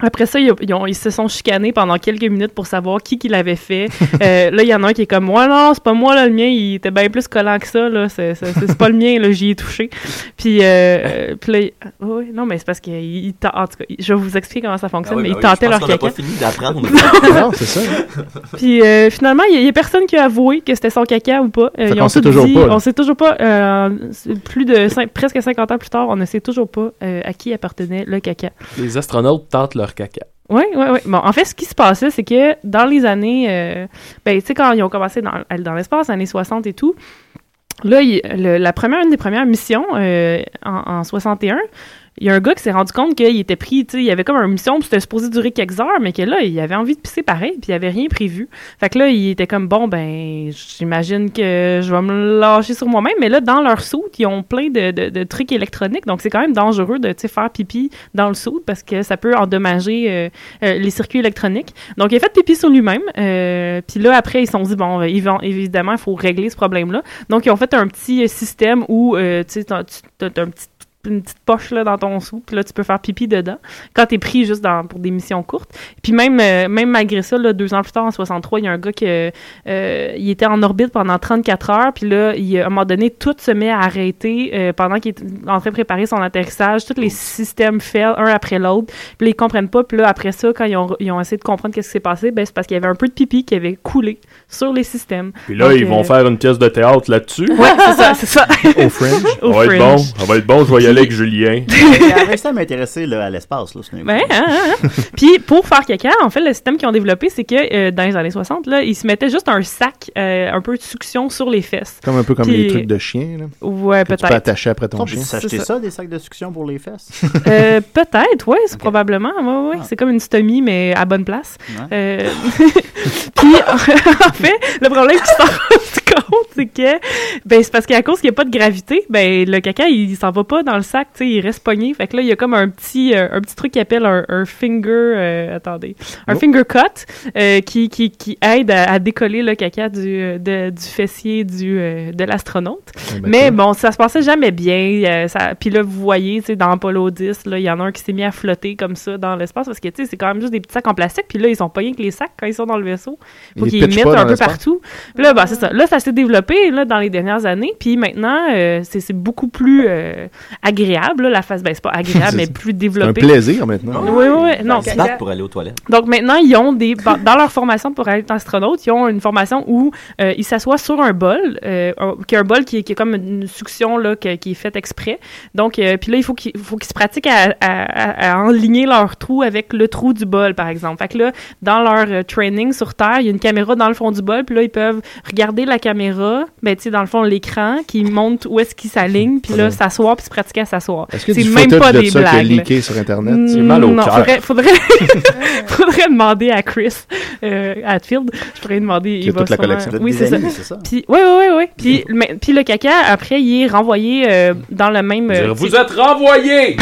Speaker 6: après ça, ils, ont- ils ont- ils se sont chicanés pendant quelques minutes pour savoir qui qui l'avait fait. Euh, là, il y en a un qui est comme moi, non, c'est pas moi là, le mien, il était bien plus collant que ça là, c'est c'est- c'est pas le mien là, j'y ai touché. Puis, euh, puis là, il- ah, oui, non, mais c'est parce que il- il tente- en tout cas, il- je vais vous expliquer comment ça fonctionne,
Speaker 10: Ah oui,
Speaker 6: mais
Speaker 10: bah
Speaker 6: ils
Speaker 10: oui, je
Speaker 6: tentaient
Speaker 10: pense
Speaker 6: leur
Speaker 10: qu'on a
Speaker 6: caca.
Speaker 10: pas fini d'apprendre.
Speaker 7: Non, c'est ça.
Speaker 6: Puis euh, finalement, il n'y a, personne qui a avoué que c'était son caca ou pas. Euh,
Speaker 7: Fait
Speaker 6: ils
Speaker 7: qu'on
Speaker 6: ont
Speaker 7: sait
Speaker 6: tous
Speaker 7: toujours
Speaker 6: dit-
Speaker 7: pas, là.
Speaker 6: On sait toujours pas. euh, c'est plus de cin- presque 50 ans plus tard, on ne sait toujours pas euh, à qui appartenait le caca.
Speaker 15: Les astronautes tentent leur caca.
Speaker 6: Oui, oui, oui. Bon, en fait, ce qui se passait, c'est que dans les années. euh, ben, tu sais, quand ils ont commencé dans, à aller dans l'espace, années 60 et tout, là, il- le- la première, une des premières missions, euh, en, en 61, il y a un gars qui s'est rendu compte qu'il était pris, tu sais, il y avait comme une mission, puis c'était supposé durer quelques heures, mais que là, il avait envie de pisser pareil, puis il avait rien prévu. Fait que là, il était comme, bon, ben, j'imagine que je vais me lâcher sur moi-même, mais là, dans leur soute, ils ont plein de, de- de trucs électroniques, donc c'est quand même dangereux de, tu sais, faire pipi dans le soute, parce que ça peut endommager euh, euh, les circuits électroniques. Donc, il a fait pipi sur lui-même, euh, puis là, après, ils se sont dit, bon, ils vont- évidemment, il faut régler ce problème-là. Donc, ils ont fait un petit euh, système où, euh, tu sais, t'as- tu- t'as t'as un petit une petite poche là, dans ton sou, puis là, tu peux faire pipi dedans quand t'es pris juste dans, pour des missions courtes. Puis même, euh, même malgré ça, là, deux ans plus tard, en 63, il y a un gars qui euh, euh, il était en orbite pendant 34 heures, puis là, il, à un moment donné, tout se met à arrêter euh, pendant qu'il est en train de préparer son atterrissage. Tous les systèmes fail, un après l'autre, puis là, ils comprennent pas, puis là, après ça, quand ils ont, ils ont essayé de comprendre qu'est-ce qui s'est passé, ben, c'est parce qu'il y avait un peu de pipi qui avait coulé sur les systèmes.
Speaker 1: Puis là,
Speaker 6: Donc,
Speaker 1: ils vont
Speaker 6: euh,
Speaker 1: faire une pièce de théâtre là-dessus.
Speaker 6: Ouais, c'est ça, c'est ça.
Speaker 1: Au
Speaker 6: Fringe.
Speaker 1: Ça va être bon. Ça va être bon, je vais y aller avec Julien.
Speaker 8: Elle a réussi à m'intéresser là, à l'espace. Là, ce n'est-
Speaker 6: Ouais, hein, hein, hein. Puis pour faire caca, en fait, le système qu'ils ont développé, c'est que euh, dans les années 60, là, ils se mettaient juste un sac, euh, un peu de succion sur les fesses.
Speaker 7: Comme un peu comme
Speaker 6: Puis-
Speaker 7: les trucs de chien. Là,
Speaker 6: Ouais,
Speaker 7: que Tu
Speaker 6: peut-être.
Speaker 7: peux attacher après ton
Speaker 8: Oh,
Speaker 7: chien.
Speaker 8: puis s'acheter
Speaker 6: C'est
Speaker 8: ça.
Speaker 6: ça,
Speaker 8: des sacs de succion pour les fesses. Ah.
Speaker 6: Euh, peut-être, ouais, c'est probablement. Ouais, ouais, C'est comme une stomie, mais à bonne place. Euh, Puis, en fait, le problème qu'ils s'en rendent compte, c'est que, ben, c'est parce qu'à cause qu'il n'y a pas de gravité, ben, le caca, il, s'en va pas dans le sac, tu sais, il reste pogné. Fait que là, il y a comme un petit, euh, un petit truc qui appelle un, un finger, euh, attendez, un
Speaker 10: Oh.
Speaker 6: finger cut, euh, qui, qui, qui aide à, à décoller le caca du, euh, de- du fessier du, euh, de l'astronaute.
Speaker 10: ben,
Speaker 6: Mais bon, ça se passait jamais bien. euh, ça- Puis là, vous voyez, tu sais, dans Apollo 10, là, il y en a un qui s'est mis à flotter comme ça dans l'espace parce que, tu sais, c'est quand même juste des petits sacs en plastique. Puis là, ils sont pas rien que les sacs quand ils sont dans le vaisseau. Faut
Speaker 10: Ils
Speaker 6: qu'ils
Speaker 10: pitchent
Speaker 6: mettent
Speaker 10: pas dans
Speaker 6: un peu
Speaker 10: l'espace.
Speaker 6: partout. Puis là, ben, c'est ça. Là, ça s'est développé là, dans les dernières années. Puis maintenant, euh, c'est c'est beaucoup plus euh, agréable. là, la face, ben, c'est pas agréable,
Speaker 7: C'est-
Speaker 6: mais plus développé.
Speaker 7: c'est un plaisir, maintenant.
Speaker 6: Oui, oui, oui. Non,
Speaker 10: Ils se battent pour aller aux toilettes.
Speaker 6: donc maintenant, ils ont des dans dans leur formation pour être astronaute, ils ont une formation où euh, ils s'assoient sur un bol, euh, un- qui est un bol qui est, qui est comme une succion là, que- qui est faite exprès. Donc euh, puis là, il faut qu'ils faut qu'ils se pratiquent à, à- à- à enligner leur trou avec le trou du bol, par exemple. Fait que là, dans leur euh, training sur Terre, il y a une caméra dans le fond du bol, puis là ils peuvent regarder la caméra, caméra, ben, tu sais, dans le fond, l'écran qui monte où est-ce qu'il s'aligne, puis là,
Speaker 7: Ouais.
Speaker 6: s'asseoir, puis se pratiquer à s'asseoir.
Speaker 7: Est-ce que
Speaker 6: C'est
Speaker 7: du
Speaker 6: même
Speaker 7: footage
Speaker 6: pas
Speaker 7: de
Speaker 6: des
Speaker 7: ça qui a
Speaker 6: blagues. là.
Speaker 7: leaké sur Internet? C'est
Speaker 6: Mm,
Speaker 7: mal au
Speaker 6: non,
Speaker 7: cœur.
Speaker 6: Faudrait, faudrait, faudrait demander à Chris euh, Hatfield. Je pourrais lui demander.
Speaker 7: Qui a
Speaker 6: il va
Speaker 7: toute la
Speaker 6: sûrement-
Speaker 7: collection.
Speaker 6: Oui,
Speaker 7: Des
Speaker 6: c'est ça.
Speaker 7: amis, c'est ça?
Speaker 6: Puis, oui, oui, oui. Puis, mais- puis le caca, après, il est renvoyé euh, dans le même. euh,
Speaker 15: Dire,
Speaker 6: tu sais,
Speaker 15: Vous êtes renvoyés!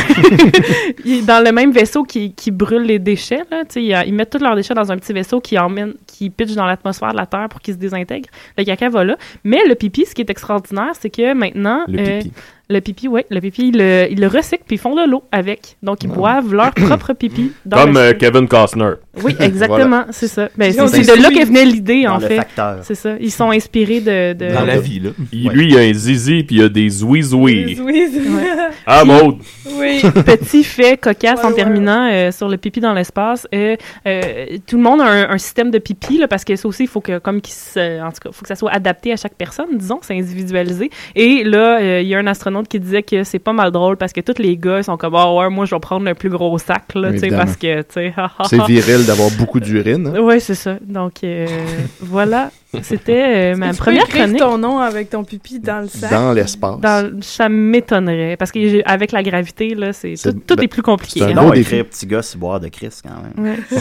Speaker 6: il est dans le même vaisseau qui, qui brûle les déchets. Là, Tu sais, il y a- ils, mettent tous leurs déchets dans un petit vaisseau qui emmène, qui pitch dans l'atmosphère de la Terre pour qu'ils se désintègrent. Le caca va là. Mais le pipi, ce qui est extraordinaire, c'est que maintenant.
Speaker 15: Le
Speaker 6: euh,
Speaker 15: pipi.
Speaker 6: le pipi, oui, le pipi, ils le, ils le recyclent puis ils font de l'eau avec. Donc,
Speaker 15: Ah.
Speaker 6: ils boivent leur propre pipi dans
Speaker 1: Comme
Speaker 6: le-
Speaker 1: euh, Kevin Costner.
Speaker 6: Oui, exactement, c'est ça. Ben,
Speaker 1: Ils ont
Speaker 6: c'est c'est
Speaker 1: des
Speaker 6: de là
Speaker 1: souris.
Speaker 6: que venait l'idée, en
Speaker 1: Dans le
Speaker 6: fait.
Speaker 1: facteur.
Speaker 6: C'est ça. Ils sont inspirés de. de- de-
Speaker 1: là. Lui, il a un zizi, puis il a des zouizoui.
Speaker 6: Oui, c'est
Speaker 1: Ah, Maud!
Speaker 6: Oui. Petit fait cocasse en terminant euh, sur le pipi dans l'espace. Euh, euh, tout le monde a un, un système de pipi là, parce que ça aussi, il faut que comme qu'il se- en tout cas, faut que ça soit adapté à chaque personne, disons, c'est individualisé. Et là, euh, il y a un astronaute qui disait que c'est pas mal drôle parce que tous les gars ils sont comme ah ouais, moi je vais prendre le plus gros sac là, tu sais,
Speaker 7: Évidemment.
Speaker 6: parce que tu sais. ah, ah,
Speaker 7: C'est
Speaker 6: ah.
Speaker 7: viril d'avoir beaucoup d'urine. hein.
Speaker 6: Oui, c'est ça. Donc euh, voilà, c'était euh, ma
Speaker 9: tu
Speaker 6: première
Speaker 9: peux écrire
Speaker 6: chronique.
Speaker 9: ton nom avec ton pipi dans le sac.
Speaker 7: Dans l'espace.
Speaker 6: Dans- ça m'étonnerait. Parce que j'ai- avec la gravité, là, c'est tout, tout
Speaker 7: ben,
Speaker 6: est plus compliqué.
Speaker 8: C'est un
Speaker 6: hein.
Speaker 8: nom à écrire petit gars, c'est boire de Chris quand même.
Speaker 6: Ouais.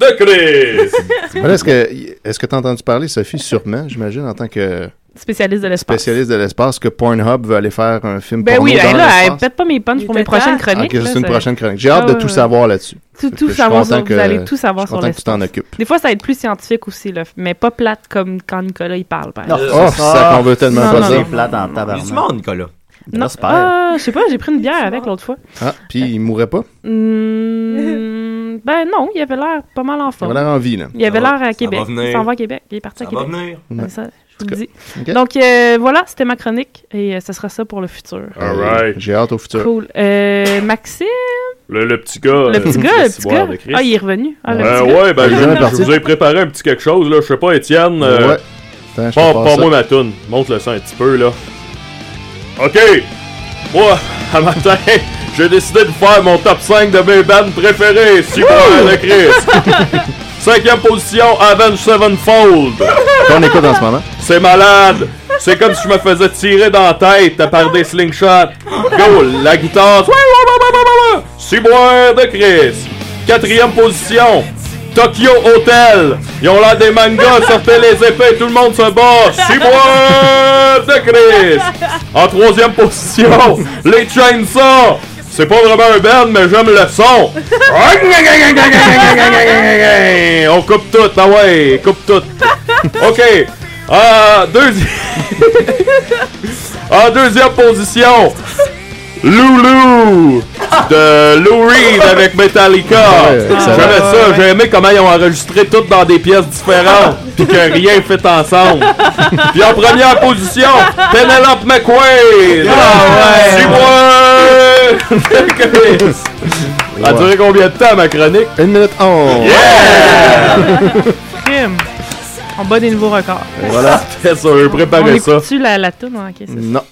Speaker 1: De Chris!
Speaker 7: Voilà, Est-ce que est-ce que t'as entendu parler, Sophie, sûrement, j'imagine, en tant que
Speaker 6: Spécialiste de l'espace.
Speaker 7: spécialiste de l'espace, que Pornhub veut aller faire un film
Speaker 6: Ben
Speaker 7: porno
Speaker 6: oui,
Speaker 7: dans
Speaker 6: hey, là, elle
Speaker 7: l'espace?
Speaker 6: pète pas mes punches pour mes prochaines
Speaker 7: Ah,
Speaker 6: chroniques.
Speaker 7: ok, ça,
Speaker 6: là,
Speaker 7: c'est une
Speaker 6: ça-
Speaker 7: prochaine chronique. J'ai hâte
Speaker 6: Ah,
Speaker 7: de
Speaker 6: ouais,
Speaker 7: tout
Speaker 6: ouais.
Speaker 7: savoir là-dessus.
Speaker 6: Tout, tout
Speaker 7: Fait que je suis
Speaker 6: savoir,
Speaker 7: content
Speaker 6: sur-
Speaker 7: que-
Speaker 6: vous allez tout savoir
Speaker 7: je suis
Speaker 6: sur
Speaker 7: content
Speaker 6: l'espace.
Speaker 7: que tu t'en occupes.
Speaker 6: Des fois, ça va être plus scientifique aussi, là, mais pas plate comme quand Nicolas il parle. par
Speaker 7: Non.
Speaker 6: exemple.
Speaker 7: Oh, ça qu'on veut tellement
Speaker 6: Non,
Speaker 7: pas
Speaker 6: non,
Speaker 7: dire.
Speaker 6: non.
Speaker 8: plate en tabarnak.
Speaker 10: Il y a du monde, Nicolas.
Speaker 6: Non. Ah, je sais pas, j'ai pris une bière avec l'autre fois.
Speaker 7: Ah, puis il mourrait pas.
Speaker 6: Euh, mm. Hmm, ben non, il avait l'air pas mal en
Speaker 7: Il
Speaker 6: forme.
Speaker 7: avait l'air en vie, là.
Speaker 6: Il avait
Speaker 7: Ça va-
Speaker 6: l'air à
Speaker 7: ça
Speaker 6: Québec.
Speaker 7: va venir.
Speaker 6: Il s'en va à Québec. Il est parti à
Speaker 7: Ça va
Speaker 6: Québec.
Speaker 7: venir.
Speaker 6: Ouais,
Speaker 7: Ouais.
Speaker 6: ça, je
Speaker 7: En
Speaker 6: vous
Speaker 7: tout
Speaker 6: le dis.
Speaker 7: Ok.
Speaker 6: Donc euh, voilà, c'était ma chronique et euh, ce sera ça pour le futur.
Speaker 1: All right.
Speaker 7: J'ai hâte au futur.
Speaker 6: Cool. Euh, Maxime,
Speaker 1: Le, le petit gars.
Speaker 6: le petit gars, le petit
Speaker 1: ciboire
Speaker 6: gars.
Speaker 1: de Chris.
Speaker 6: Ah, il est revenu. Ah, le
Speaker 1: Ben
Speaker 6: petit gars.
Speaker 1: ouais, ben
Speaker 7: Le jeune
Speaker 1: je,
Speaker 7: parti.
Speaker 1: je vous ai préparé un petit quelque chose, là. Je sais pas, Étienne. euh,
Speaker 7: Ouais. Attends, Hein, je te
Speaker 1: pas,
Speaker 7: passe
Speaker 1: pas
Speaker 7: ça.
Speaker 1: moi ma toune. Montre-le ça un petit peu, là. OK! Moi, à matin, j'ai décidé de faire mon top 5 de mes bands préférés. Ciboire de Chris. Cinquième position, Avenged Sevenfold.
Speaker 7: Qu'on écoute en ce moment.
Speaker 1: C'est malade! C'est comme si je me faisais tirer dans la tête par des slingshots. Go, la guitare. Ciboire de Chris. Quatrième position. Tokyo Hotel. Ils ont l'air des mangas, sortez les épées, tout le monde se bat. Ciboire de Chris. En troisième position, les Chainsaw. C'est pas vraiment un band, mais j'aime le son. On coupe tout, ah ouais, coupe tout. OK. Euh, deuxi- en deuxième position, Loulou de Lou Reed avec Metallica. J'aimais
Speaker 7: excellent.
Speaker 1: ça, j'ai aimé comment ils ont enregistré tout dans des pièces différentes, puis que rien fait ensemble. Puis en première position, Penelope McQuaid. Ah ouais. Ça a duré combien de temps ma chronique?
Speaker 7: Une minute onze.
Speaker 6: Crime. On bat des nouveaux records.
Speaker 1: Voilà, c'est ça, j'ai préparé ça.
Speaker 6: Tu la, la toune, hein, ok, c'est ça.
Speaker 7: Non.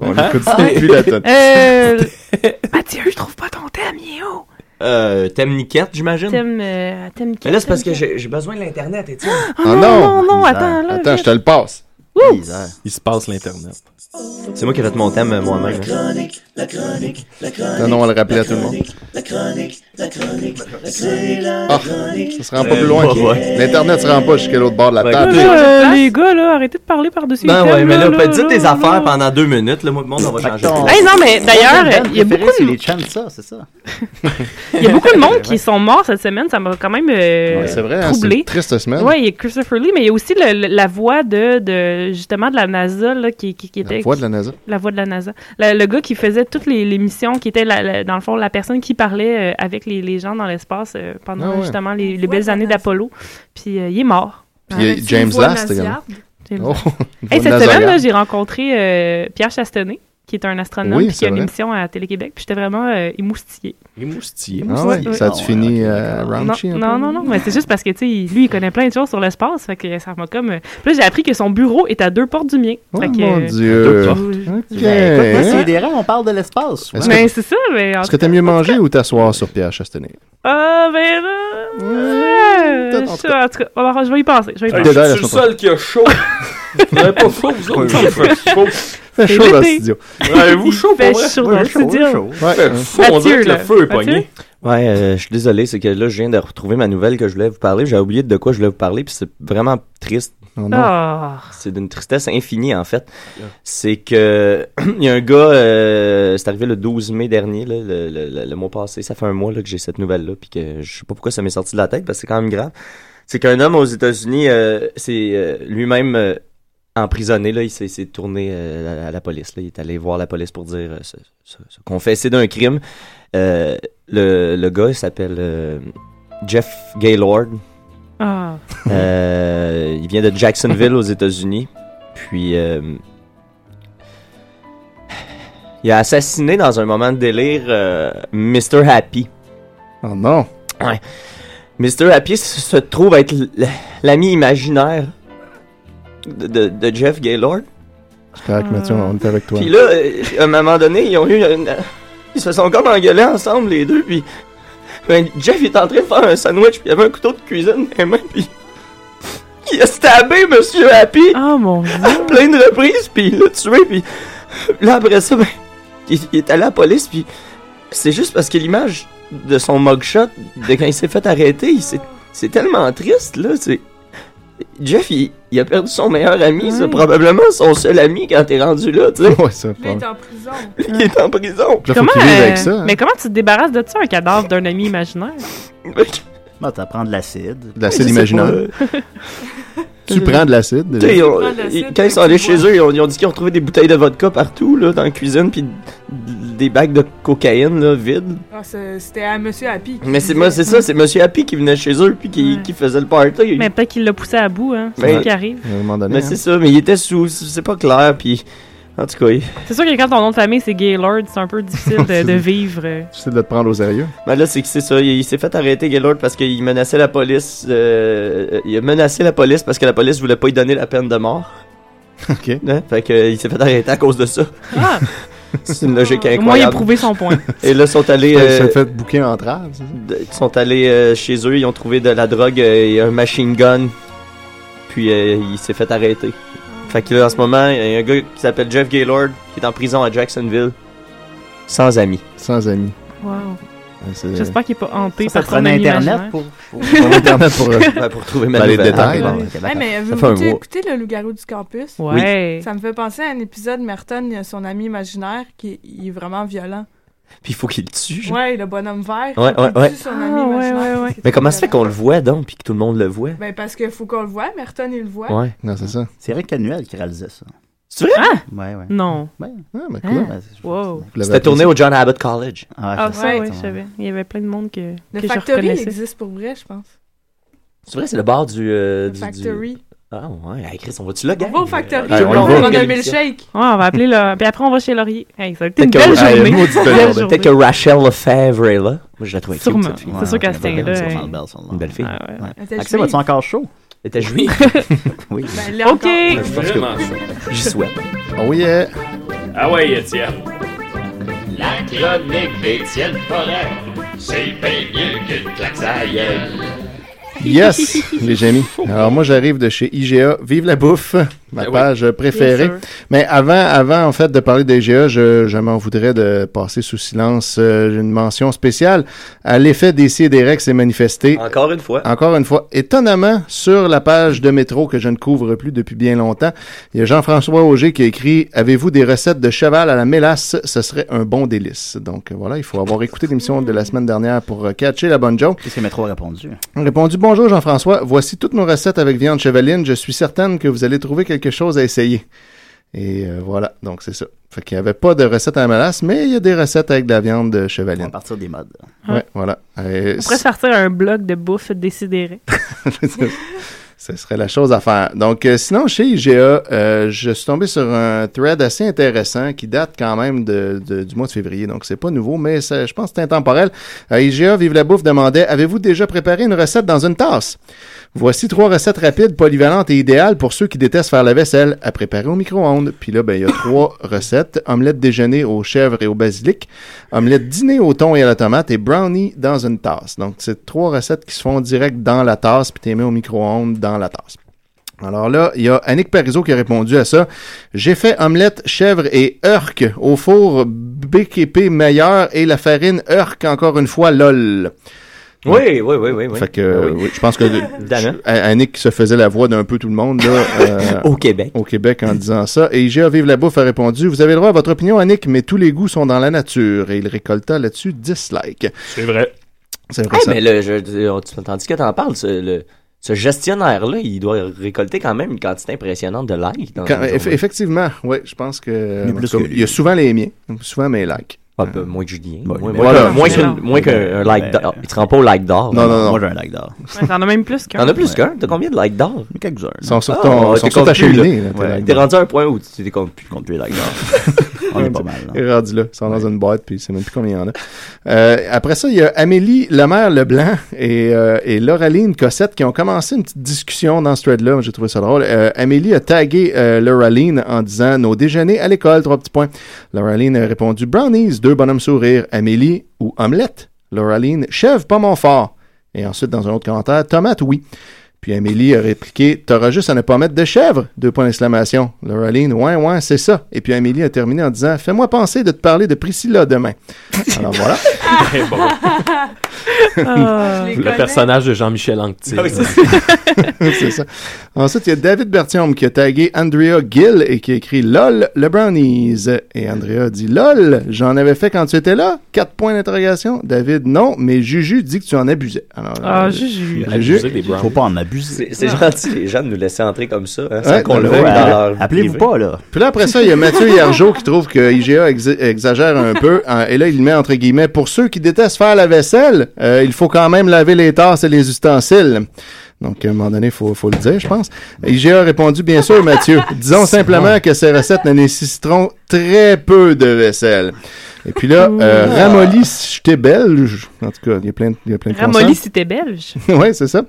Speaker 7: On écoute ça
Speaker 10: Ah.
Speaker 7: depuis la tonne.
Speaker 6: Hein? Euh, Mathieu, je trouve pas ton thème, Yo.
Speaker 10: Euh, Thème niquette, j'imagine.
Speaker 6: Thème, euh, thème qui
Speaker 10: Mais là, c'est parce que j'ai j'ai besoin de l'Internet, Étienne.
Speaker 6: Ah non, non, non, attends, là.
Speaker 7: Attends,
Speaker 6: vite.
Speaker 7: je te le passe.
Speaker 6: Ouh!
Speaker 10: Il se passe l'Internet. C'est moi qui ai fait mon thème euh, moi-même.
Speaker 7: Non, non, on le rappelait à tout le monde. Ah, ça se rend pas
Speaker 10: Euh,
Speaker 7: plus loin.
Speaker 10: ouais, ouais.
Speaker 7: L'internet se rend pas jusqu'à l'autre bord de la
Speaker 6: Là,
Speaker 7: table.
Speaker 6: là, euh, les gars, là, arrêtez de parler par-dessus
Speaker 10: Ben
Speaker 6: les
Speaker 10: ouais,
Speaker 6: thèmes,
Speaker 10: mais là,
Speaker 6: là,
Speaker 10: dites
Speaker 6: là,
Speaker 10: tes
Speaker 6: là.
Speaker 10: affaires pendant deux minutes. Là, moi, le monde, on va changer.
Speaker 6: Hey, non, mais d'ailleurs, il y
Speaker 8: préféré,
Speaker 6: a beaucoup de-
Speaker 8: c'est les Chansa, c'est ça.
Speaker 6: Il y a beaucoup de monde qui sont morts cette semaine, ça m'a quand même euh,
Speaker 7: Ouais, c'est vrai, hein, c'est
Speaker 6: troublé.
Speaker 7: une triste semaine.
Speaker 6: Ouais, il y a Christopher Lee, mais il y a aussi le- le- la voix de, de justement de la NASA là, qui, qui, qui était
Speaker 7: voix de la NASA.
Speaker 6: la voix de la NASA. La- le gars qui faisait toutes les, les missions, qui était la- la- dans le fond la personne qui parlait euh, avec les, les gens dans l'espace euh, pendant
Speaker 7: Ah ouais.
Speaker 6: justement les, les belles années d'Apollo. Puis euh, il est mort.
Speaker 7: Puis il y a James Last également.
Speaker 6: James
Speaker 7: Oh,
Speaker 6: Last.
Speaker 7: une
Speaker 6: Hey,
Speaker 7: voix
Speaker 6: cette
Speaker 7: de
Speaker 6: semaine,
Speaker 7: Nazarian.
Speaker 6: là, j'ai rencontré euh, Pierre Chastenay. qui est un astronome,
Speaker 7: Oui,
Speaker 6: puis qui
Speaker 7: c'est
Speaker 6: a une
Speaker 7: vrai.
Speaker 6: émission à Télé-Québec, puis j'étais vraiment euh, émoustillée.
Speaker 15: Émoustillé.
Speaker 7: Ah ouais, ça a-tu fini euh,
Speaker 6: Non,
Speaker 7: raunchy un peu?
Speaker 6: non, non, non, mais c'est juste parce que, tu sais, lui, il connaît plein de choses sur l'espace, fait que ça m'a comme... euh, Puis là, j'ai appris que son bureau est à deux portes du mien. fait que,
Speaker 7: Oh, mon
Speaker 6: euh,
Speaker 7: Dieu. Deux portes. Ok.
Speaker 8: Ben, écoute, moi,
Speaker 7: Hein?
Speaker 8: c'est des rêves, on parle de l'espace.
Speaker 7: Est-ce
Speaker 6: Mais
Speaker 7: que-
Speaker 6: c'est ça, mais... en
Speaker 7: Est-ce que t'aimes mieux manger ou t'asseoir sur Pierre Chastenay?
Speaker 6: Ah, ben là... euh, je- en tout cas, on va- je vais y penser, je vais y
Speaker 7: Hey,
Speaker 6: penser.
Speaker 7: je suis le
Speaker 1: seul qui a chaud. Vous avez pas chaud, vous autres?
Speaker 7: Ouais,
Speaker 1: Ça me fait chaud.
Speaker 7: Fait
Speaker 1: C'est
Speaker 7: chaud dans le
Speaker 1: l'été.
Speaker 7: studio.
Speaker 1: Avez-vous
Speaker 6: Il
Speaker 1: chaud
Speaker 6: fait
Speaker 1: pour vrai?
Speaker 6: chaud dans le studio.
Speaker 7: Ouais,
Speaker 10: Fait
Speaker 7: hein.
Speaker 10: fou, on dirait que le
Speaker 6: Mathieu,
Speaker 10: feu est
Speaker 6: là.
Speaker 10: pogné. Ouais, euh, je suis désolé, c'est que là, je viens de retrouver ma nouvelle que je voulais vous parler. J'avais oublié de quoi je voulais vous parler, puis c'est vraiment triste.
Speaker 7: non.
Speaker 6: Ah.
Speaker 10: C'est d'une tristesse infinie, en fait. C'est que il y a un gars, euh, c'est arrivé le 12 mai dernier, là, le, le- le- le mois passé. Ça fait un mois là, que j'ai cette nouvelle-là, puis que je sais pas pourquoi ça m'est sorti de la tête, parce que c'est quand même grave. C'est qu'un homme aux États-Unis, euh, c'est euh, lui-même euh, emprisonné, là, il s'est s'est tourné euh, à, à la police. Là. Il est allé voir la police pour dire euh, ce- ce- ce confesser d'un crime. Euh, le, le gars il s'appelle euh, Jeff Gaylord.
Speaker 6: Ah.
Speaker 10: Euh, il vient de Jacksonville aux États-Unis. Puis euh, il a assassiné dans un moment de délire euh, Mr. Happy.
Speaker 7: Oh non.
Speaker 10: Ouais. Mr. Happy s- se trouve être l- l'ami imaginaire de, de- de Jeff Gaylord.
Speaker 7: J'étais avec Mathieu, on était avec toi.
Speaker 10: Puis là, euh, à un moment donné, ils ont eu une- Ils se sont comme engueulés ensemble, les deux, puis... ben, Jeff il est en train de faire un sandwich, puis il avait un couteau de cuisine dans les mains, puis... Il a stabé Monsieur Happy
Speaker 6: oh, mon Dieu.
Speaker 10: à plein de reprises, puis il l'a tué, puis... Là, après ça, ben... Il, il est allé à la police, puis... C'est juste parce que l'image de son mugshot, de quand il s'est fait arrêter, il s'est- c'est tellement triste, là, c'est... Jeff, il, il a perdu son meilleur ami, c'est
Speaker 6: Ouais.
Speaker 10: probablement son seul ami quand t'es rendu là, tu sais.
Speaker 7: Ouais, ça,
Speaker 9: en prison.
Speaker 10: Il est en prison.
Speaker 6: euh,
Speaker 7: hein.
Speaker 6: Mais comment tu te débarrasses de ça, un cadavre d'un ami imaginaire?
Speaker 8: Bah, t'as prendre de l'acide.
Speaker 7: De l'acide imaginaire. Tu prends de l'acide. déjà?
Speaker 10: T'sais, ils ont-
Speaker 7: Ouais,
Speaker 10: ils- quand ils sont allés chez eux, ils ont, ils ont dit qu'ils ont trouvé des bouteilles de vodka partout, là, dans la cuisine, puis d- des bagues de cocaïne, là, vides.
Speaker 9: Ah, c'est- C'était à Monsieur Happy. qui
Speaker 10: Mais
Speaker 9: disait-
Speaker 10: c'est moi, c'est ça, c'est Monsieur Happy qui venait chez eux, puis qui, qui faisait le party.
Speaker 6: Mais peut-être qu'il l'a poussé à bout, hein. C'est
Speaker 10: Ben,
Speaker 6: ça qui arrive.
Speaker 7: À un moment donné. hein.
Speaker 10: Mais Ben, c'est ça, mais il était sous, c'est pas clair, puis... En tout cas, il-
Speaker 6: C'est sûr que quand ton nom de famille, c'est Gaylord, c'est un peu difficile de, de vivre. euh.
Speaker 7: J'essaie de te prendre au sérieux.
Speaker 10: Ben là, c'est que c'est ça. Il, il s'est fait arrêter, Gaylord, parce qu'il menaçait la police. euh, il a menacé la police parce que la police voulait pas lui donner la peine de mort.
Speaker 7: OK.
Speaker 10: Fait que, euh, il s'est fait arrêter à cause de ça. c'est une logique incroyable.
Speaker 6: Ah! moins, il a prouvé son point.
Speaker 10: Et là, sont allés.
Speaker 7: Ça-
Speaker 10: euh,
Speaker 7: ça fait bouquin en trave, c'est ça?
Speaker 10: de- sont allés euh, chez eux, ils ont trouvé de la drogue euh, et un machine gun. Puis euh, il s'est fait arrêter. Fait que là, en ce moment, il y a un gars qui s'appelle Jeff Gaylord qui est en prison à Jacksonville. Sans amis.
Speaker 7: Sans amis.
Speaker 6: Wow.
Speaker 7: Ouais, c'est-
Speaker 6: J'espère qu'il n'est pas hanté
Speaker 8: euh, Ça, ça
Speaker 6: par son
Speaker 8: prenait
Speaker 6: ami
Speaker 8: Internet
Speaker 6: imaginaire.
Speaker 8: pour-
Speaker 7: Sur Internet pour, euh,
Speaker 10: Ben, pour trouver ma
Speaker 7: ben, les
Speaker 10: nouvelle.
Speaker 7: détails.
Speaker 10: Ah,
Speaker 7: là.
Speaker 10: ok,
Speaker 7: Ouais.
Speaker 9: Hey, mais
Speaker 10: Ça
Speaker 9: vous
Speaker 10: fait un
Speaker 9: écoutez
Speaker 10: mois.
Speaker 9: écoutez le loup-garou du campus?
Speaker 10: Ouais.
Speaker 9: Ça me fait penser à un épisode Merton, il a son ami imaginaire qui il est vraiment violent.
Speaker 10: Puis il faut qu'il le tue. genre.
Speaker 9: Ouais, le bonhomme vert.
Speaker 10: Ouais,
Speaker 9: il
Speaker 10: ouais,
Speaker 9: tue
Speaker 10: Ah, ouais.
Speaker 9: son ami imaginaire. C'est
Speaker 10: Mais
Speaker 9: très
Speaker 10: comment ça fait
Speaker 9: violent.
Speaker 10: qu'on le voit donc, puis que tout le monde le voit?
Speaker 9: Ben parce qu'il faut qu'on le voit, Merton il le voit.
Speaker 10: Ouais.
Speaker 7: Non, c'est ça.
Speaker 8: C'est Rick Canuel qui réalisait ça.
Speaker 10: C'est vrai?
Speaker 8: Ouais, ouais.
Speaker 6: Non.
Speaker 8: Ouais.
Speaker 7: mais
Speaker 8: quoi?
Speaker 6: Hein?
Speaker 8: Ouais,
Speaker 6: Wow.
Speaker 8: Vous l'avez
Speaker 10: C'était tourné
Speaker 8: appris,
Speaker 10: au John Abbott College.
Speaker 6: Ah,
Speaker 8: c'est
Speaker 6: ça,
Speaker 8: ça,
Speaker 6: oui,
Speaker 8: ça,
Speaker 6: je
Speaker 8: ouais.
Speaker 6: savais. Il y avait plein de monde que,
Speaker 9: Le
Speaker 6: que je
Speaker 9: Factory
Speaker 6: reconnaissais.
Speaker 9: existe pour vrai, je pense.
Speaker 10: C'est vrai, c'est le bar du. euh, du- du-
Speaker 9: Factory.
Speaker 10: Ah ouais, Hey, Chris, on va-tu là,
Speaker 9: On
Speaker 10: gars?
Speaker 9: va au Factory,
Speaker 10: Ah, Ouais,
Speaker 9: on
Speaker 10: on
Speaker 9: va
Speaker 10: va.
Speaker 9: prendre un milkshake.
Speaker 6: Ouais, on va appeler là. Puis après, on va chez Laurier. Hey, ça va être une
Speaker 10: Peut-être que,
Speaker 6: belle
Speaker 10: hey,
Speaker 6: journée.
Speaker 10: maudite
Speaker 6: Belle
Speaker 10: belle journée.
Speaker 6: journée.
Speaker 10: Peut-être que Rachel Lefebvre est là. Moi, je la trouvais cute,
Speaker 6: Sûrement.
Speaker 10: cette fille.
Speaker 6: C'est sûr qu'elle se tient là,
Speaker 10: Elle est
Speaker 6: hein.
Speaker 10: belle, elle est Une belle fille.
Speaker 8: Était Axel, juive. as-tu encore chaud?
Speaker 10: Elle était juive. oui.
Speaker 9: Ben, là,
Speaker 6: Ok.
Speaker 9: encore.
Speaker 10: Je pense que-
Speaker 11: Vraiment
Speaker 10: J'y souhaite.
Speaker 7: Oh yeah.
Speaker 11: Ah ouais, Étienne. La chronique d'Étienne Forêt, c'est bien mieux qu'une claque à gueule.
Speaker 7: Yes, les amis. Alors moi j'arrive de chez IGA, vive la bouffe, ma page
Speaker 11: Ben
Speaker 7: préférée.
Speaker 11: Bien sûr.
Speaker 7: Mais avant, avant en fait de parler d'IGA, je, je m'en voudrais de passer sous silence euh, une mention spéciale à l'effet des CDR qui E s'est manifesté.
Speaker 10: Encore une fois.
Speaker 7: Encore une fois, étonnamment sur la page de métro que je ne couvre plus depuis bien longtemps, il y a Jean-François Auger qui a écrit "Avez-vous des recettes de cheval à la mélasse Ce serait un bon délice." Donc euh, voilà, il faut avoir écouté l'émission de la semaine dernière pour euh, catcher la bonne joke.
Speaker 8: Qu'est-ce que Métro a répondu?
Speaker 7: On a répondu Bonjour Jean-François, voici toutes nos recettes avec viande chevaline. Je suis certaine que vous allez trouver quelque chose à essayer. Et euh, voilà, donc c'est ça. Fait qu'il n'y avait pas de recette à la malasse, mais il y a des recettes avec de la viande chevaline. À
Speaker 8: partir des modes.
Speaker 7: Ouais, voilà. Euh,
Speaker 6: On pourrait se faire tirer un blog de bouffe décidérée.
Speaker 7: c'est- Ce serait la chose à faire. Donc, euh, sinon, chez IGA, euh, je suis tombé sur un thread assez intéressant qui date quand même de, de- du mois de février. Donc, c'est pas nouveau, mais ça- je pense que c'est intemporel. Euh, IGA Vive la Bouffe demandait Avez-vous déjà préparé une recette dans une tasse Voici trois recettes rapides, polyvalentes et idéales pour ceux qui détestent faire la vaisselle à préparer au micro-ondes. Puis là, ben, il y a trois recettes. Omelette déjeuner aux chèvres et au basilic, omelette dîner au thon et à la tomate et brownie dans une tasse. Donc, c'est trois recettes qui se font direct dans la tasse, puis t'es mis au micro-ondes dans la tasse. Alors là, il y a Annick Parizeau qui a répondu à ça. J'ai fait omelette, chèvre et heurque au four BKP meilleur et la farine heurque encore une fois, lol.
Speaker 10: Oui, oui, oui, oui. Ah oui.
Speaker 7: Fait que, euh, oui, je pense que
Speaker 10: Dana.
Speaker 7: je- A- Annick se faisait la voix d'un peu tout le monde là, euh,
Speaker 10: Au Québec.
Speaker 7: Au Québec en disant ça. Et IGA Vive la Bouffe a répondu Vous avez le droit à votre opinion, Annick, mais tous les goûts sont dans la nature. Et il récolta là-dessus 10 likes.
Speaker 1: C'est vrai.
Speaker 7: C'est vrai
Speaker 10: Hey,
Speaker 7: ça.
Speaker 10: mais le, je, euh, tu- tandis que t'en parles, ce, le- ce gestionnaire-là, il doit récolter quand même une quantité impressionnante de likes. dans
Speaker 7: Quand-
Speaker 10: une
Speaker 7: eff-
Speaker 10: journée.
Speaker 7: effectivement, oui, je pense que.
Speaker 10: Mais plus
Speaker 7: en tout cas,
Speaker 10: que lui.
Speaker 7: Il y a souvent les miens, souvent mes likes.
Speaker 10: Ah, ben, moins que Julien. Moins, moins,
Speaker 7: voilà.
Speaker 10: qu'un- moins
Speaker 7: Mais
Speaker 10: qu'un-
Speaker 7: non.
Speaker 10: moins qu'un un like d'or. Il se rend pas au like d'or.
Speaker 7: Non, non, non. Moi,
Speaker 10: j'ai un like d'or.
Speaker 6: Ouais, T'en as même plus qu'un.
Speaker 10: T'en as plus qu'un? T'as combien de likes d'or?
Speaker 8: Quelques-uns.
Speaker 7: Ils sont
Speaker 10: Ah,
Speaker 7: sur ton- ils sont sur ta cheminée, là, tes likes
Speaker 10: T'es
Speaker 7: d'or.
Speaker 10: rendu à un point où tu t'es comptes plus. Compte plus les likes d'or. On est pas mal.
Speaker 7: Il est rendu là. Ils sont dans une boîte, puis c'est même plus combien il y en a. Euh, après ça, il y a Amélie Lemaire Leblanc et, euh, et Lauraline Cossette qui ont commencé une petite discussion dans ce thread-là. J'ai trouvé ça drôle. Euh, Amélie a tagué euh, Lauraline en disant Nos déjeuners à l'école, trois petits points. Lauraline a répondu Brownies, deux bonhommes sourires. Amélie ou omelette. Lauraline, chèvre, pas mon fort. Et ensuite, dans un autre commentaire, tomate, oui. Puis Amélie a répliqué T'auras juste à ne pas mettre de chèvre Deux points d'exclamation. Laureline, ouais, ouais, c'est ça. Et puis Amélie a terminé en disant Fais-moi penser de te parler de Priscilla demain. Alors voilà.
Speaker 15: Ben bon.
Speaker 7: Ah. Je les
Speaker 15: le
Speaker 7: connais. Ah
Speaker 15: personnage de Jean-Michel Anctil.
Speaker 7: c'est ça. Ensuite, il y a David Bertium qui a tagué Andrea Gill et qui a écrit LOL, le brownies. Et Andrea dit LOL, j'en avais fait quand tu étais là. Quatre points d'interrogation. David, non, mais Juju dit que tu en abusais. Alors,
Speaker 10: Ah,
Speaker 7: euh, Juju.
Speaker 8: Faut pas en abuser.
Speaker 10: C'est gentil, les gens, de nous laisser entrer comme ça, hein,
Speaker 7: Ouais,
Speaker 10: sans qu'on
Speaker 7: dans
Speaker 10: le
Speaker 7: le-
Speaker 10: voit.
Speaker 7: dans le-
Speaker 8: Appelez-vous pas, là.
Speaker 7: Puis là, après ça, il y a Mathieu Hiergeau qui trouve que IGA exa- exagère un peu. hein, et là, il met entre guillemets Pour ceux qui détestent faire la vaisselle, euh, il faut quand même laver les tasses et les ustensiles. Donc, à un moment donné, il faut, faut le dire, je pense. IGA a répondu Bien sûr, Mathieu. Disons simplement que ces recettes ne nécessiteront très peu de vaisselle. Et puis là, euh, Ramolli, si j'étais belge. En tout cas, il y a plein de, il y a plein de consonnes.
Speaker 6: Ramolli, si t'es belge.
Speaker 7: oui, c'est ça.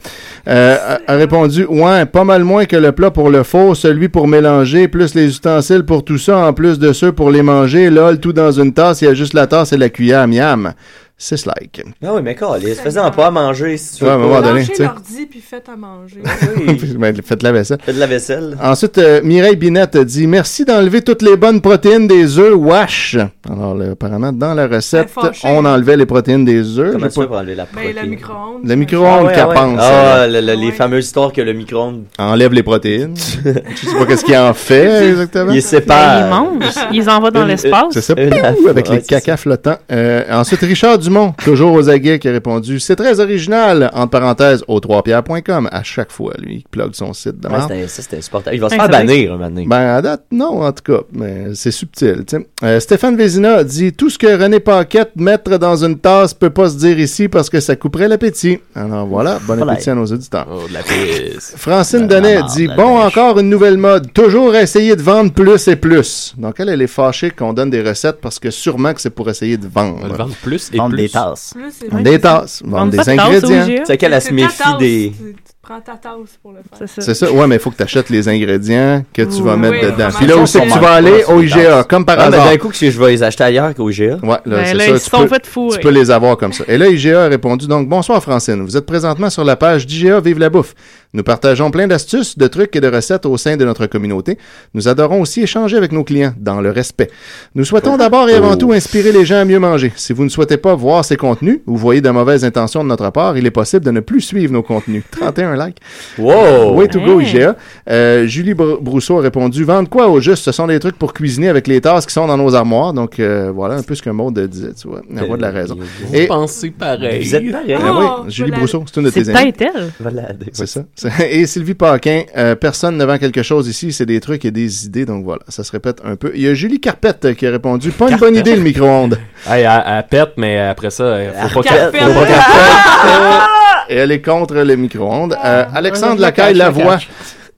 Speaker 7: Euh, a, a répondu Ouais, pas mal moins que le plat pour le faux, celui pour mélanger, plus les ustensiles pour tout ça, en plus de ceux pour les manger. Lol, tout dans une tasse, il y a juste la tasse et la cuillère, miam. C'est like.
Speaker 10: Ah oui, mais calisse, faisant pas à manger si tu
Speaker 7: Ouais,
Speaker 10: veux.
Speaker 7: à un moment donné, tu
Speaker 9: Lâchez
Speaker 7: sais.
Speaker 9: l'ordi puis faites à manger.
Speaker 7: Ben, Faites la vaisselle.
Speaker 10: Fais de Hmm. la vaisselle.
Speaker 7: Ensuite, euh, Mireille Binette dit Merci d'enlever toutes les bonnes protéines des œufs wash. Alors, là, apparemment, dans la recette,
Speaker 10: Elle est fâchée.
Speaker 7: on enlevait les protéines des œufs.
Speaker 10: Comment
Speaker 7: J'ai
Speaker 10: tu fais
Speaker 7: pas-
Speaker 10: pour enlever la protéine?
Speaker 9: le micro-ondes.
Speaker 7: Le micro-ondes
Speaker 10: Ah, ouais,
Speaker 7: capence.
Speaker 10: Ah, le- le- les fameuses histoires que le micro-ondes.
Speaker 7: Enlève les protéines. Je sais pas qu'est-ce qu'il en fait exactement.
Speaker 10: Il sépare.
Speaker 6: Ben, ils mangent. Ils envoient dans
Speaker 7: Une-
Speaker 6: l'espace.
Speaker 7: C'est ça, pou, avec les caca flottants. Euh, ensuite, Richard Dumont, toujours aux aguets, qui a répondu C'est très original, entre parenthèses, au 3pierre.com. À chaque fois, lui, il plug son site de
Speaker 10: Ouais,
Speaker 7: marde.
Speaker 10: c'était- ça, c'était insupportable. Il va se
Speaker 7: Hey,
Speaker 10: faire
Speaker 7: ça va.
Speaker 10: bannir un moment donné.
Speaker 7: Ben, à date, non, en tout cas. Mais c'est subtil, tu sais. Euh, Stéphane Vézina dit Tout ce que René Paquette mettre dans une tasse peut pas se dire ici parce que ça couperait l'appétit. Alors voilà, bon
Speaker 10: Voilà.
Speaker 7: appétit à nos auditeurs.
Speaker 15: Oh, de la pisse.
Speaker 10: Ben,
Speaker 7: Francine Donnet dit Bon, encore une nouvelle mode. Toujours essayer de vendre plus et plus. Donc, elle, elle est fâchée qu'on donne des recettes parce que sûrement que c'est pour essayer de vendre.
Speaker 15: Vendre plus et
Speaker 8: Vendre
Speaker 15: plus.
Speaker 8: des tasses.
Speaker 7: Vendre des tasses. Vendre des ingrédients.
Speaker 10: C'est qu'elle elle
Speaker 9: E.
Speaker 10: se
Speaker 9: C'est ta
Speaker 10: méfie
Speaker 9: tasse.
Speaker 10: des.
Speaker 9: Tu, tu prends ta tasse pour le faire. C'est
Speaker 7: C'est ça, ouais, mais il faut que tu achètes les ingrédients que tu vas
Speaker 9: Oui,
Speaker 7: mettre
Speaker 9: oui,
Speaker 7: dedans.
Speaker 9: vraiment.
Speaker 7: Puis là où c'est que tu vas aller Au IGA, comme par
Speaker 10: Ah, mais
Speaker 7: hasard.
Speaker 10: D'un coup, que je vais les acheter ailleurs qu'au IGA.
Speaker 7: Ouais, là,
Speaker 10: Ben
Speaker 7: c'est
Speaker 10: là,
Speaker 7: ça.
Speaker 10: ils
Speaker 7: tu,
Speaker 10: se sont
Speaker 7: peux,
Speaker 10: fait fourrer.
Speaker 7: tu peux les avoir comme ça. Et là, IGA a répondu donc Bonsoir Francine, vous êtes présentement sur la page d'IGA Vive la bouffe. Nous partageons plein d'astuces, de trucs et de recettes au sein de notre communauté. Nous adorons aussi échanger avec nos clients, dans le respect. Nous souhaitons d'abord et avant tout inspirer les gens à mieux manger. Si vous ne souhaitez pas voir ces contenus ou voyez de mauvaises intentions de notre part, il est possible de ne plus suivre nos contenus. 31 likes.
Speaker 10: Wow!
Speaker 7: Way to go,
Speaker 10: Hey.
Speaker 7: IGA. Euh, Julie Br- Brousseau a répondu Vendre quoi au juste Ce sont des trucs pour cuisiner avec les tasses qui sont dans nos armoires. Donc euh, voilà un peu ce que Maud disait, tu vois. Elle voit de la raison.
Speaker 15: Vous pensez pareil.
Speaker 7: Vous êtes pareil. Ah oui, Oh, Julie voilà. Brousseau, c'est une de tes amies.
Speaker 6: peut-être elle.
Speaker 7: C'est ça. C'est- Et Sylvie Paquin, euh, personne ne vend quelque chose ici, c'est des trucs et des idées, donc voilà, ça se répète un peu. Il y a Julie Carpette qui a répondu Pas une bonne idée le micro-ondes.
Speaker 15: Hey, elle, elle pète, mais après ça, euh, faut pas
Speaker 7: Carpette. Ah!
Speaker 15: qu'elle faut pas qu'elle pète.
Speaker 7: Et elle est contre le micro-ondes.
Speaker 18: Ah.
Speaker 7: Euh, Alexandre
Speaker 18: je le
Speaker 7: Lacaille
Speaker 18: cache, je le
Speaker 7: Lavoie.
Speaker 18: cache.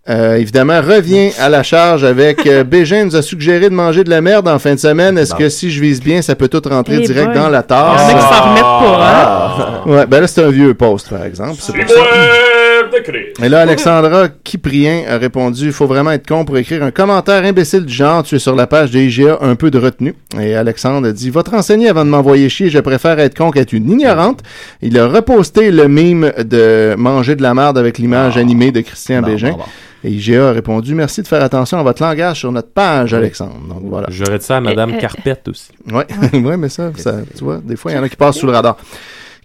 Speaker 7: euh, évidemment, revient à la charge avec euh, BG nous a suggéré de manger de la merde en fin de semaine. Est-ce
Speaker 18: Bon.
Speaker 7: que si je vise bien, ça peut tout rentrer
Speaker 18: Eh
Speaker 7: direct
Speaker 18: boy.
Speaker 7: dans la tasse?
Speaker 18: Il y en a qui s'en remettent pas, hein? Euh,
Speaker 7: Ah. Ouais, ben là, c'est un vieux post, par exemple. C'est pour ça.
Speaker 1: de crise.
Speaker 7: Et là, Alexandra Kiprien a répondu Faut vraiment être con pour écrire un commentaire imbécile du genre Tu es sur la page des IGA, un peu de retenue. Et Alexandre dit Va te renseigner avant de m'envoyer chier, je préfère être con qu'être une ignorante. Il a reposté le mime de manger de la merde avec l'image animée de Christian Bégin. Et IGA a répondu Merci de faire attention à votre langage sur notre page, Alexandre. Donc voilà.
Speaker 15: J'aurais dit ça à
Speaker 7: Eh,
Speaker 6: euh,
Speaker 15: Madame
Speaker 7: eh,
Speaker 15: Carpette aussi.
Speaker 7: Ouais, ouais, mais ça, ça, tu vois, des fois, il y en a qui passent sous le radar.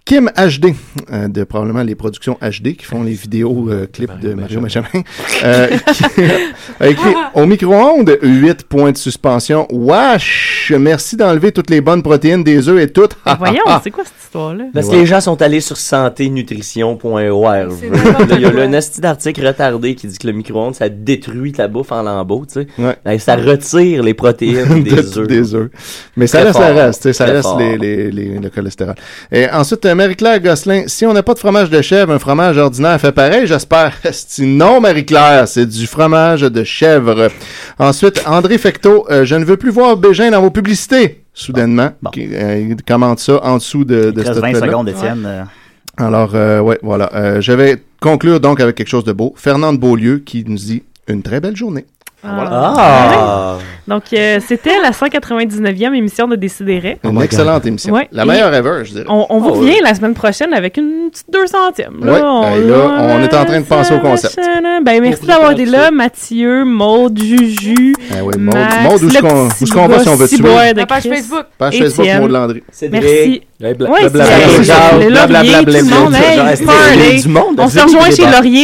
Speaker 7: Kim HD, euh, de probablement les productions HD qui font les vidéos euh, clips de Mario Benjamin, euh, qui a écrit au micro-ondes 8 points de suspension. Wesh! Merci d'enlever toutes les bonnes protéines des œufs et toutes.
Speaker 6: Ben Voyons, c'est quoi cette histoire-là?
Speaker 10: Parce que
Speaker 7: Ouais.
Speaker 10: les gens sont allés sur santénutrition.org. Là, Il y a le nasty d'article retardé qui dit que le micro-ondes, ça détruit ta bouffe en lambeaux, tu sais. Ben, ça retire les protéines
Speaker 7: De-
Speaker 10: des œufs.
Speaker 7: des œufs. Mais ça
Speaker 10: Très
Speaker 7: reste, ça
Speaker 10: fort,
Speaker 7: reste, tu sais, ça
Speaker 10: très
Speaker 7: reste
Speaker 10: fort.
Speaker 7: les- les- les- le cholestérol. Et ensuite, euh, Marie-Claire Gosselin, si on n'a pas de fromage de chèvre, un fromage ordinaire fait pareil, j'espère. Esti, non, Marie-Claire, c'est du fromage de chèvre. Ensuite, André Fecto, euh, je ne veux plus voir Bégin dans vos publicités. Soudainement,
Speaker 10: Ah,
Speaker 7: Qui, euh, il commente ça en dessous de,
Speaker 8: Il
Speaker 7: de
Speaker 8: reste
Speaker 7: cette
Speaker 8: 20
Speaker 7: note-là.
Speaker 8: secondes, Étienne. euh,
Speaker 7: Alors, euh, ouais, voilà. Euh, je vais conclure donc avec quelque chose de beau. Fernande Beaulieu qui nous dit une très belle journée. Voilà.
Speaker 6: Ah. Donc, euh, c'était la 199e émission de Décideret.
Speaker 7: Une excellente émission.
Speaker 6: Oh Ouais.
Speaker 7: La meilleure
Speaker 6: Et
Speaker 7: ever, je dirais.
Speaker 6: On, on vous
Speaker 7: Oh,
Speaker 6: revient la semaine prochaine avec une petite 200e.
Speaker 7: Ouais, ben là, on est en train de penser au concept.
Speaker 6: Ben, merci d'avoir été là, Mathieu, Maude, Juju.
Speaker 7: Eh oui, Maude-
Speaker 6: Max,
Speaker 7: Maude, où est-ce
Speaker 6: le
Speaker 7: qu'on-
Speaker 6: petit
Speaker 7: où est-ce qu'on va si on veut
Speaker 6: petit
Speaker 7: tuer?
Speaker 6: boy de
Speaker 7: La page
Speaker 6: Chris,
Speaker 7: Facebook. Page Facebook,
Speaker 6: Étienne.
Speaker 7: Maude Landry. Cédric.
Speaker 6: Merci.
Speaker 7: Eh, bla-
Speaker 6: Ouais,
Speaker 7: bla- bla-
Speaker 6: Cédric,
Speaker 7: bla- bla-
Speaker 6: le
Speaker 7: bla- bla-
Speaker 6: Laurier,
Speaker 7: bla-
Speaker 6: tout le
Speaker 7: bla-
Speaker 6: monde,
Speaker 7: bla-
Speaker 6: hey,
Speaker 7: bla- bla-
Speaker 6: party.
Speaker 7: du monde,
Speaker 6: On
Speaker 7: vous
Speaker 6: se
Speaker 7: êtes tous
Speaker 6: rejoint
Speaker 7: des
Speaker 6: chez
Speaker 7: bas.
Speaker 6: Laurier.